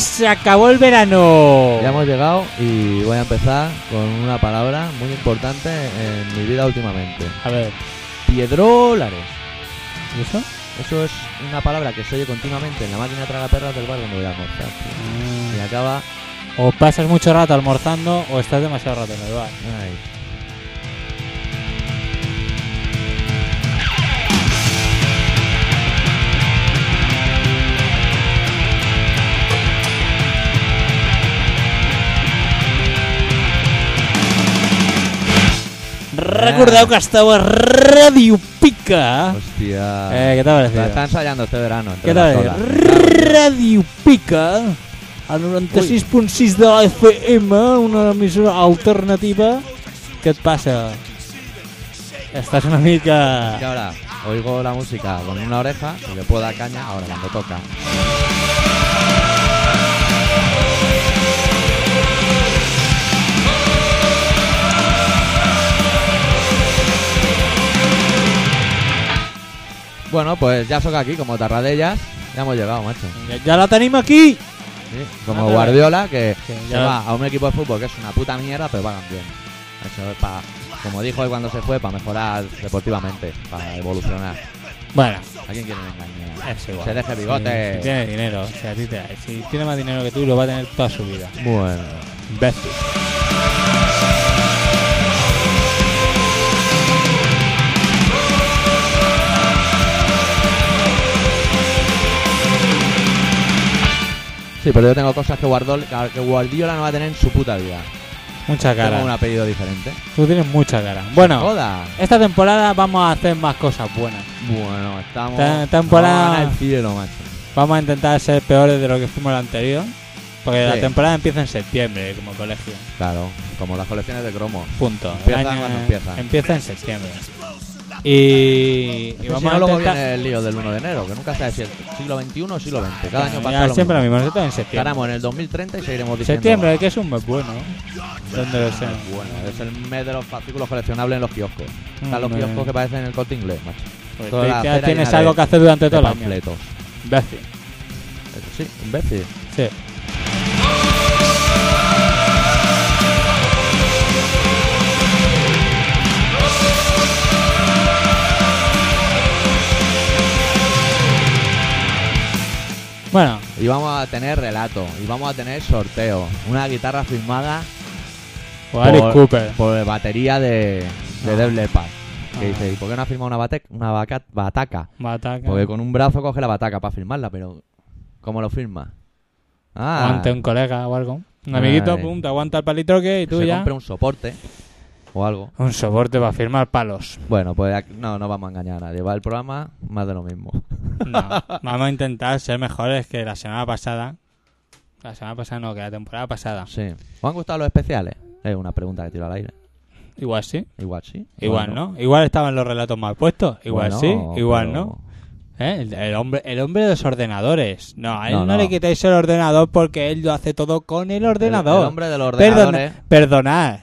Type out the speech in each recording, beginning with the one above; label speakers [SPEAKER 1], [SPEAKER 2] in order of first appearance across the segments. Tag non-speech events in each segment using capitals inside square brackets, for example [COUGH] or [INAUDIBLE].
[SPEAKER 1] se acabó el verano.
[SPEAKER 2] Ya hemos llegado y voy a empezar con una palabra muy importante en mi vida últimamente.
[SPEAKER 1] A ver,
[SPEAKER 2] Piedrolares.
[SPEAKER 1] ¿y eso?
[SPEAKER 2] Eso es una palabra que se oye continuamente en la máquina tragaperras del bar donde voy a almorzar, tío.
[SPEAKER 1] Ah.
[SPEAKER 2] Y acaba...
[SPEAKER 1] O pasas mucho rato almorzando o estás demasiado rato en el bar.
[SPEAKER 2] Ay.
[SPEAKER 1] Recordado que estaba Radio Pica.
[SPEAKER 2] Hostia.
[SPEAKER 1] Ah. Eh, ¿Qué te ha
[SPEAKER 2] La está
[SPEAKER 1] parecido?
[SPEAKER 2] ensayando este verano. entre
[SPEAKER 1] ¿Qué
[SPEAKER 2] las
[SPEAKER 1] tal?
[SPEAKER 2] olas.
[SPEAKER 1] Radio Pica, al 96.6 de la FM, una emissora alternativa. Què et passa? Estàs una
[SPEAKER 2] Y
[SPEAKER 1] mica...
[SPEAKER 2] ahora oigo la música con una oreja y le puedo dar caña ahora cuando toca. Bueno, pues ya soca aquí como tarradellas. Ya hemos llegado, macho.
[SPEAKER 1] Ja, ja la tenim aquí!
[SPEAKER 2] Sí, Como
[SPEAKER 1] Otra vez.
[SPEAKER 2] Guardiola que
[SPEAKER 1] Sí,
[SPEAKER 2] se
[SPEAKER 1] ya.
[SPEAKER 2] va a un equipo de fútbol que es una puta mierda, pero pagan bien. Eso es para, como dijo él cuando se fue, para mejorar deportivamente, para evolucionar.
[SPEAKER 1] Bueno,
[SPEAKER 2] ¿A quién quieren engañar?
[SPEAKER 1] Ah, es igual.
[SPEAKER 2] Se deje bigote.
[SPEAKER 1] Si, si tiene dinero, o sea, a ti te- si tiene más dinero que tú, lo va a tener toda su vida.
[SPEAKER 2] Bueno.
[SPEAKER 1] Imbécil.
[SPEAKER 2] Sí, pero yo tengo cosas que, Guardol, que Guardiola no va a tener en su puta vida.
[SPEAKER 1] Mucha
[SPEAKER 2] Tengo un
[SPEAKER 1] cara.
[SPEAKER 2] apellido diferente.
[SPEAKER 1] Tú tienes mucha cara. Bueno,
[SPEAKER 2] ¡Joda!
[SPEAKER 1] esta temporada vamos a hacer más cosas buenas.
[SPEAKER 2] Bueno, estamos...
[SPEAKER 1] Tem- temporada-
[SPEAKER 2] vamos a ganar el cielo, macho.
[SPEAKER 1] Vamos a intentar ser peores de lo que fuimos la anterior. Porque la
[SPEAKER 2] Sí.
[SPEAKER 1] temporada empieza en septiembre, como colegio.
[SPEAKER 2] Claro, como las colecciones de cromo.
[SPEAKER 1] Punto. El
[SPEAKER 2] Empieza cuando empieza.
[SPEAKER 1] en septiembre. Y, y
[SPEAKER 2] Y
[SPEAKER 1] vamos a
[SPEAKER 2] luego
[SPEAKER 1] intentar-
[SPEAKER 2] viene el lío del 1 de enero, que nunca sabe si es siglo XXI o siglo XX. Cada año
[SPEAKER 1] Ya,
[SPEAKER 2] pasa lo
[SPEAKER 1] siempre lo
[SPEAKER 2] mismo.
[SPEAKER 1] mismo, nosotros en septiembre.
[SPEAKER 2] Estaremos en el 2030 y seguiremos diciendo...
[SPEAKER 1] Septiembre, que es un mes bueno. ¿Dónde lo sé?
[SPEAKER 2] Bueno, es el mes de los fascículos coleccionables en los kioscos. Están los
[SPEAKER 1] Hombre.
[SPEAKER 2] kioscos que parecen el corte inglés, macho.
[SPEAKER 1] Porque
[SPEAKER 2] toda
[SPEAKER 1] tú
[SPEAKER 2] la
[SPEAKER 1] ya
[SPEAKER 2] acera
[SPEAKER 1] Pues tienes
[SPEAKER 2] llena
[SPEAKER 1] algo
[SPEAKER 2] de-
[SPEAKER 1] que hacer durante
[SPEAKER 2] De
[SPEAKER 1] todo el año.
[SPEAKER 2] panfletos.
[SPEAKER 1] Imbécil.
[SPEAKER 2] Eso Sí, imbécil.
[SPEAKER 1] Sí. Bueno,
[SPEAKER 2] Y vamos a tener relato, y vamos a tener sorteo. Una guitarra firmada
[SPEAKER 1] o pues Alice
[SPEAKER 2] Por-
[SPEAKER 1] Cooper.
[SPEAKER 2] por batería de, de
[SPEAKER 1] Ah.
[SPEAKER 2] Def Leppard. Que
[SPEAKER 1] Ah.
[SPEAKER 2] dice, Pues- ¿y por qué no ha firmado una, bate- una baca- bataca?
[SPEAKER 1] Bataca.
[SPEAKER 2] Porque con un brazo coge la bataca para firmarla, pero ¿cómo lo firma?
[SPEAKER 1] O
[SPEAKER 2] Ah,
[SPEAKER 1] ante un colega o algo. Un amiguito,
[SPEAKER 2] Vale.
[SPEAKER 1] pum, te aguanta el palitroque y tú
[SPEAKER 2] se
[SPEAKER 1] ya.
[SPEAKER 2] compra un soporte o algo.
[SPEAKER 1] Un soporte para firmar
[SPEAKER 2] [LAUGHS]
[SPEAKER 1] palos.
[SPEAKER 2] Bueno, pues ac- no, no vamos a engañar a nadie. Va el programa más de lo mismo.
[SPEAKER 1] No, vamos a intentar ser mejores que la semana pasada. La semana pasada no, que la temporada pasada.
[SPEAKER 2] Sí. ¿Os han gustado los especiales? Es una pregunta que tiro al aire.
[SPEAKER 1] Igual sí,
[SPEAKER 2] Igual sí.
[SPEAKER 1] igual no. Igual estaban los relatos mal puestos. Igual
[SPEAKER 2] Bueno,
[SPEAKER 1] sí, igual
[SPEAKER 2] pero-
[SPEAKER 1] no. ¿Eh? El, el hombre, el hombre de los ordenadores. No, a él
[SPEAKER 2] No,
[SPEAKER 1] no,
[SPEAKER 2] no.
[SPEAKER 1] le quitáis el ordenador porque él lo hace todo con el
[SPEAKER 2] El,
[SPEAKER 1] ordenador.
[SPEAKER 2] el hombre de los
[SPEAKER 1] Perdona-
[SPEAKER 2] ordenadores.
[SPEAKER 1] perdonad,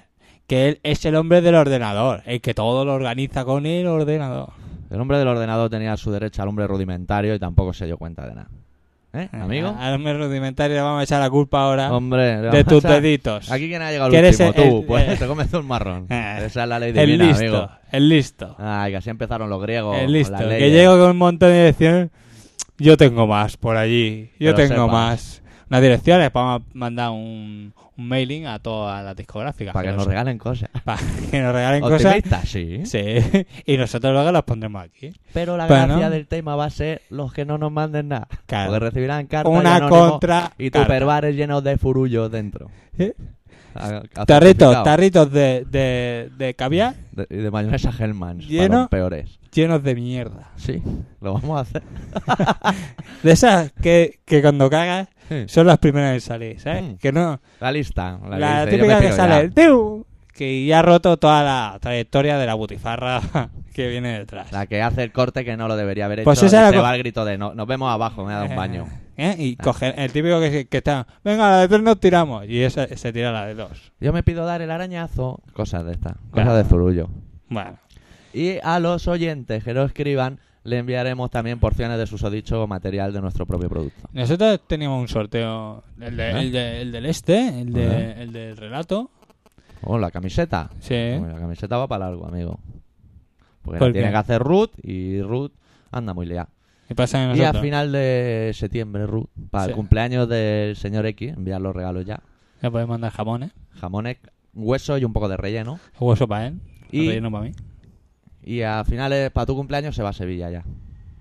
[SPEAKER 1] que él es el hombre del ordenador, el que todo lo organiza con el ordenador.
[SPEAKER 2] El hombre del ordenador tenía a su derecha al hombre rudimentario y tampoco se dio cuenta de nada. ¿Eh, amigo?
[SPEAKER 1] Al hombre rudimentario le vamos a echar la culpa ahora
[SPEAKER 2] Hombre, le
[SPEAKER 1] Ah, de
[SPEAKER 2] vamos
[SPEAKER 1] tus
[SPEAKER 2] a echar-
[SPEAKER 1] deditos.
[SPEAKER 2] Aquí quien ha llegado
[SPEAKER 1] Que
[SPEAKER 2] el
[SPEAKER 1] eres
[SPEAKER 2] último,
[SPEAKER 1] el-
[SPEAKER 2] tú,
[SPEAKER 1] el-
[SPEAKER 2] pues te comes un
[SPEAKER 1] [LAUGHS]
[SPEAKER 2] marrón.
[SPEAKER 1] Ah,
[SPEAKER 2] Esa es la ley
[SPEAKER 1] el
[SPEAKER 2] divina,
[SPEAKER 1] listo,
[SPEAKER 2] amigo.
[SPEAKER 1] el listo,
[SPEAKER 2] Ay, que así empezaron los griegos.
[SPEAKER 1] el
[SPEAKER 2] con
[SPEAKER 1] Eh, listo.
[SPEAKER 2] las
[SPEAKER 1] Que
[SPEAKER 2] leyes.
[SPEAKER 1] llego con un montón de direcciones. Yo tengo más por allí, yo
[SPEAKER 2] Que lo
[SPEAKER 1] tengo
[SPEAKER 2] sepas.
[SPEAKER 1] más. Unas direcciones para mandar un, un mailing a todas las discográficas.
[SPEAKER 2] Para que
[SPEAKER 1] lo
[SPEAKER 2] nos
[SPEAKER 1] se-
[SPEAKER 2] regalen ¿eh? cosas.
[SPEAKER 1] para [LAUGHS] que nos regalen cosas.
[SPEAKER 2] Optimistas, sí.
[SPEAKER 1] Sí, [LAUGHS] y nosotros luego las pondremos aquí.
[SPEAKER 2] Pero la
[SPEAKER 1] Pero
[SPEAKER 2] gracia
[SPEAKER 1] no.
[SPEAKER 2] del tema va a ser los que no nos manden nada.
[SPEAKER 1] Claro.
[SPEAKER 2] Porque recibirán cartas y
[SPEAKER 1] Una
[SPEAKER 2] anónimos
[SPEAKER 1] contra.
[SPEAKER 2] y
[SPEAKER 1] carta.
[SPEAKER 2] tupperwares llenos de
[SPEAKER 1] [LAUGHS]
[SPEAKER 2] furullos dentro.
[SPEAKER 1] ¿Eh?
[SPEAKER 2] A- a-
[SPEAKER 1] Tarritos,
[SPEAKER 2] certificado.
[SPEAKER 1] tarritos de, de, de caviar
[SPEAKER 2] De, y de mayonesa Hellmann's. Para
[SPEAKER 1] Lleno.
[SPEAKER 2] los peores.
[SPEAKER 1] llenos de mierda.
[SPEAKER 2] Sí, lo vamos a hacer.
[SPEAKER 1] De esas que, que cuando cagas
[SPEAKER 2] Sí.
[SPEAKER 1] son las primeras en salir, ¿sabes?
[SPEAKER 2] Mm.
[SPEAKER 1] Que no.
[SPEAKER 2] La lista. La,
[SPEAKER 1] La
[SPEAKER 2] dice, yo me
[SPEAKER 1] típica que
[SPEAKER 2] piro
[SPEAKER 1] sale
[SPEAKER 2] ya.
[SPEAKER 1] el tiu, que ya ha roto toda la trayectoria de la butifarra [LAUGHS] que viene detrás.
[SPEAKER 2] La que hace el corte que no lo debería haber
[SPEAKER 1] Pues
[SPEAKER 2] hecho.
[SPEAKER 1] esa
[SPEAKER 2] y
[SPEAKER 1] era
[SPEAKER 2] se
[SPEAKER 1] co-
[SPEAKER 2] va al grito de no, nos vemos abajo, me voy a dar
[SPEAKER 1] [LAUGHS]
[SPEAKER 2] un baño. Ah.
[SPEAKER 1] Eh, ¿eh? Y coger el típico que, que está, venga, la de tres nos tiramos. Y esa, se tira la de dos.
[SPEAKER 2] Yo me pido dar el arañazo. Cosas de estas. Cosas
[SPEAKER 1] Claro.
[SPEAKER 2] de furullo.
[SPEAKER 1] Bueno,
[SPEAKER 2] Y a los oyentes que lo escriban, le enviaremos también porciones de susodicho material de nuestro propio producto.
[SPEAKER 1] Nosotros teníamos un sorteo, el, de-
[SPEAKER 2] Ajá.
[SPEAKER 1] el de- el del este, el, de-
[SPEAKER 2] Ajá.
[SPEAKER 1] el del relato.
[SPEAKER 2] Oh, la camiseta.
[SPEAKER 1] Sí.
[SPEAKER 2] Hombre, la camiseta va para largo, amigo. Porque
[SPEAKER 1] ¿Eh? ¿Por
[SPEAKER 2] la tiene
[SPEAKER 1] qué?
[SPEAKER 2] que hacer Ruth y Ruth anda muy liada.
[SPEAKER 1] ¿Qué pasa en
[SPEAKER 2] Y a
[SPEAKER 1] nosotros?
[SPEAKER 2] final de septiembre, Ruth, para
[SPEAKER 1] Sí.
[SPEAKER 2] el cumpleaños del señor X, enviar los regalos ya.
[SPEAKER 1] Le podemos mandar jamones,
[SPEAKER 2] Jamones, hueso y un poco de relleno.
[SPEAKER 1] hueso para él,
[SPEAKER 2] Y-
[SPEAKER 1] relleno para mí.
[SPEAKER 2] Y a finales, para tu cumpleaños, se va a Sevilla ya.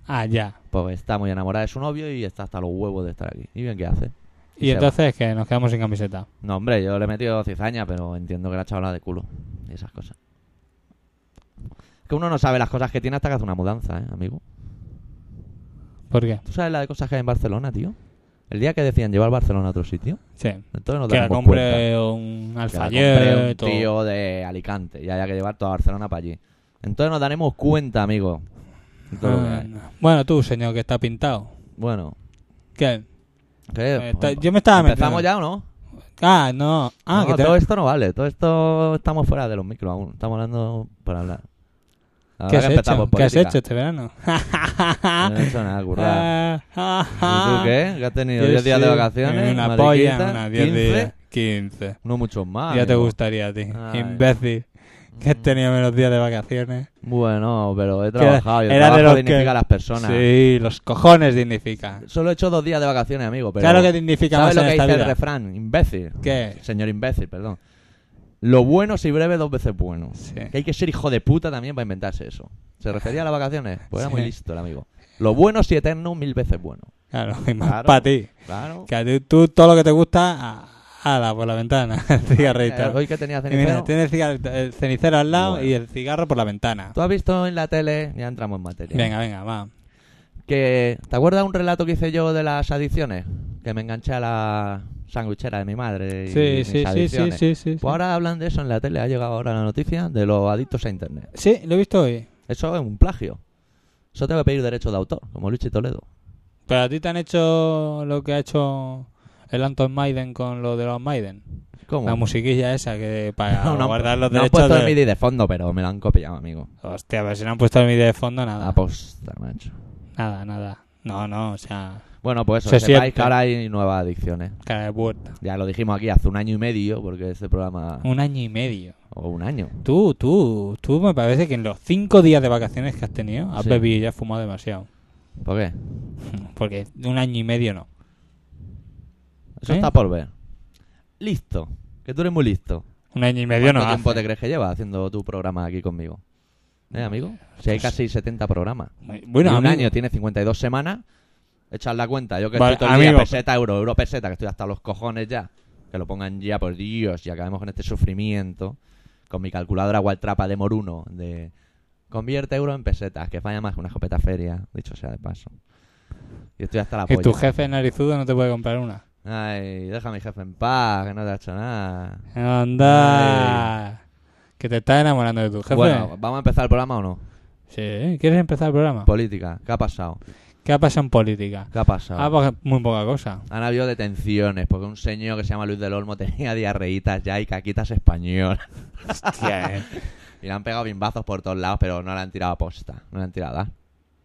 [SPEAKER 1] Ah, ya.
[SPEAKER 2] Pues está muy enamorada de su novio y está hasta los huevos de estar aquí. ¿Y bien qué hace?
[SPEAKER 1] Y,
[SPEAKER 2] se va.
[SPEAKER 1] entonces que nos quedamos sin camiseta.
[SPEAKER 2] No, hombre, yo le he metido cizaña, pero entiendo que la chavala de culo y esas cosas. Que uno no sabe las cosas que tiene hasta que hace una mudanza, ¿eh, amigo?
[SPEAKER 1] ¿Por qué?
[SPEAKER 2] ¿Tú sabes la de cosas que hay en Barcelona, tío? El día que decían llevar Barcelona a otro sitio,
[SPEAKER 1] Sí.
[SPEAKER 2] entonces no
[SPEAKER 1] que la
[SPEAKER 2] tenemos
[SPEAKER 1] compre un
[SPEAKER 2] Que la compré
[SPEAKER 1] alfaller,
[SPEAKER 2] un
[SPEAKER 1] todo.
[SPEAKER 2] tío de Alicante y haya que llevar toda Barcelona para allí. Entonces nos daremos cuenta, amigo. de todo lo que
[SPEAKER 1] Ah,
[SPEAKER 2] hay.
[SPEAKER 1] no. Bueno, tú, señor, que está pintado.
[SPEAKER 2] Bueno,
[SPEAKER 1] ¿Qué?
[SPEAKER 2] ¿qué?
[SPEAKER 1] Eh, está- yo me estaba
[SPEAKER 2] pues, ¿Empezamos
[SPEAKER 1] metiendo-
[SPEAKER 2] ya o no?
[SPEAKER 1] Ah, no. Ah,
[SPEAKER 2] No,
[SPEAKER 1] que
[SPEAKER 2] todo
[SPEAKER 1] tenemos-
[SPEAKER 2] esto no vale. Todo esto estamos fuera de los micros aún. Estamos hablando para hablar. Ahora
[SPEAKER 1] ¿Qué has,
[SPEAKER 2] que empezamos
[SPEAKER 1] hecho? ¿Qué has
[SPEAKER 2] política.
[SPEAKER 1] hecho este
[SPEAKER 2] [LAUGHS]
[SPEAKER 1] verano? [LAUGHS]
[SPEAKER 2] No he hecho nada, currada.
[SPEAKER 1] Ah, ah,
[SPEAKER 2] ¿Y
[SPEAKER 1] ah.
[SPEAKER 2] tú qué? ¿Que has tenido
[SPEAKER 1] Yo
[SPEAKER 2] 10 días de
[SPEAKER 1] sí,
[SPEAKER 2] vacaciones?
[SPEAKER 1] Una
[SPEAKER 2] mariquita,
[SPEAKER 1] polla, una 10
[SPEAKER 2] 15,
[SPEAKER 1] días. 15.
[SPEAKER 2] No muchos más.
[SPEAKER 1] ya te
[SPEAKER 2] Ah, amigo.
[SPEAKER 1] gustaría a ti,
[SPEAKER 2] Ay. Mm.
[SPEAKER 1] imbécil. Que has tenido menos días de vacaciones.
[SPEAKER 2] Bueno, pero he
[SPEAKER 1] Que
[SPEAKER 2] trabajado y el
[SPEAKER 1] era de
[SPEAKER 2] trabajo
[SPEAKER 1] los que-
[SPEAKER 2] dignifica a las personas.
[SPEAKER 1] Sí, los cojones dignifica.
[SPEAKER 2] Solo he hecho dos días de vacaciones, amigo. Pero
[SPEAKER 1] claro que dignifica más
[SPEAKER 2] ¿Sabes lo
[SPEAKER 1] en
[SPEAKER 2] que
[SPEAKER 1] esta
[SPEAKER 2] dice el
[SPEAKER 1] vida.
[SPEAKER 2] refrán? Imbécil.
[SPEAKER 1] ¿Qué?
[SPEAKER 2] Señor imbécil, perdón. Lo bueno si breve, dos veces bueno.
[SPEAKER 1] Sí.
[SPEAKER 2] Que hay que ser hijo de puta también para inventarse eso. ¿Se refería a las vacaciones? Pues era
[SPEAKER 1] Sí.
[SPEAKER 2] muy listo el amigo. Lo bueno si eterno, mil veces bueno.
[SPEAKER 1] Claro, y más
[SPEAKER 2] Claro.
[SPEAKER 1] para ti.
[SPEAKER 2] Claro.
[SPEAKER 1] Que a ti, tú todo lo que te gusta, a, ala, por la ventana, [LAUGHS] el
[SPEAKER 2] Eh,
[SPEAKER 1] cigarrito.
[SPEAKER 2] Hoy que tenía
[SPEAKER 1] Y mira,
[SPEAKER 2] cenicero.
[SPEAKER 1] tienes cigarrito- el cenicero al lado
[SPEAKER 2] Bueno.
[SPEAKER 1] y el cigarro por la ventana.
[SPEAKER 2] ¿Tú has visto en la tele? Ya entramos en materia.
[SPEAKER 1] Venga, venga, va.
[SPEAKER 2] Que, ¿Te acuerdas un relato que hice yo de las adicciones? Que me enganché a la sandwichera de mi madre. Y
[SPEAKER 1] Sí,
[SPEAKER 2] mis
[SPEAKER 1] sí, sí, sí,
[SPEAKER 2] adicciones.
[SPEAKER 1] sí, sí.
[SPEAKER 2] Pues ahora hablan de eso en la tele. Ha llegado ahora la noticia de los adictos a internet.
[SPEAKER 1] Sí, lo he visto hoy.
[SPEAKER 2] Eso es un plagio. Eso tengo que pedir derecho de autor, como Luchi Toledo.
[SPEAKER 1] Pero a ti te han hecho lo que ha hecho el Anton Maiden con lo de los Maiden.
[SPEAKER 2] ¿Cómo?
[SPEAKER 1] La musiquilla esa que para
[SPEAKER 2] [LAUGHS] No, no han-
[SPEAKER 1] guardar los
[SPEAKER 2] no han
[SPEAKER 1] derechos
[SPEAKER 2] puesto el
[SPEAKER 1] de...
[SPEAKER 2] MIDI de fondo, pero me lo han copiado, amigo.
[SPEAKER 1] Hostia, pero si no han puesto el MIDI de fondo,
[SPEAKER 2] Ah,
[SPEAKER 1] nada.
[SPEAKER 2] pues. Aposta, macho.
[SPEAKER 1] Nada, nada. No, no, o sea,
[SPEAKER 2] Bueno, pues eso,
[SPEAKER 1] Se
[SPEAKER 2] sepáis
[SPEAKER 1] siente.
[SPEAKER 2] que ahora hay nuevas adicciones.
[SPEAKER 1] cara de puerta.
[SPEAKER 2] Ya lo dijimos aquí hace un año y medio, porque este programa...
[SPEAKER 1] Un año y medio.
[SPEAKER 2] O un año.
[SPEAKER 1] Tú, tú, tú me parece que en los cinco días de vacaciones que has tenido has
[SPEAKER 2] Sí.
[SPEAKER 1] bebido y has fumado demasiado. [LAUGHS]
[SPEAKER 2] ¿Por qué?
[SPEAKER 1] Porque un año y medio no.
[SPEAKER 2] Eso
[SPEAKER 1] ¿Eh?
[SPEAKER 2] está por ver. Listo. Que tú eres muy listo.
[SPEAKER 1] Un año y medio no
[SPEAKER 2] ¿Cuánto tiempo
[SPEAKER 1] hace.
[SPEAKER 2] te crees que llevas haciendo tu programa aquí conmigo? ¿Eh, amigo? Si hay
[SPEAKER 1] Pues-
[SPEAKER 2] casi 70 programas.
[SPEAKER 1] Bueno,
[SPEAKER 2] Y un
[SPEAKER 1] amigo,
[SPEAKER 2] año tiene 52 semanas. Echad la cuenta. Yo que
[SPEAKER 1] Vale,
[SPEAKER 2] estoy todo el día
[SPEAKER 1] amigo.
[SPEAKER 2] peseta, euro, euro, peseta, que estoy hasta los cojones ya. Que lo pongan ya, por Dios, y acabemos con este sufrimiento. Con mi calculadora Waltrapa de Moruno. De convierte euro en pesetas, que falla más que una escopeta feria, dicho sea de paso. Y estoy hasta la
[SPEAKER 1] que tu
[SPEAKER 2] polla.
[SPEAKER 1] jefe narizudo no te puede comprar una.
[SPEAKER 2] Ay, deja a mi jefe en paz, que no te ha hecho nada.
[SPEAKER 1] Anda. Que te estás enamorando de tu jefe.
[SPEAKER 2] Bueno, ¿vamos a empezar el programa o no?
[SPEAKER 1] Sí, ¿quieres empezar el programa?
[SPEAKER 2] Política, ¿qué ha pasado?
[SPEAKER 1] ¿Qué ha pasado en política?
[SPEAKER 2] ¿Qué ha pasado?
[SPEAKER 1] Ah, pues muy poca cosa.
[SPEAKER 2] Han habido detenciones porque un señor que se llama Luis del Olmo [LAUGHS] tenía diarreitas ya y caquitas españolas.
[SPEAKER 1] Hostia, eh.
[SPEAKER 2] Y le han pegado bimbazos por todos lados, pero no le han tirado a posta. No le han tirado a dar.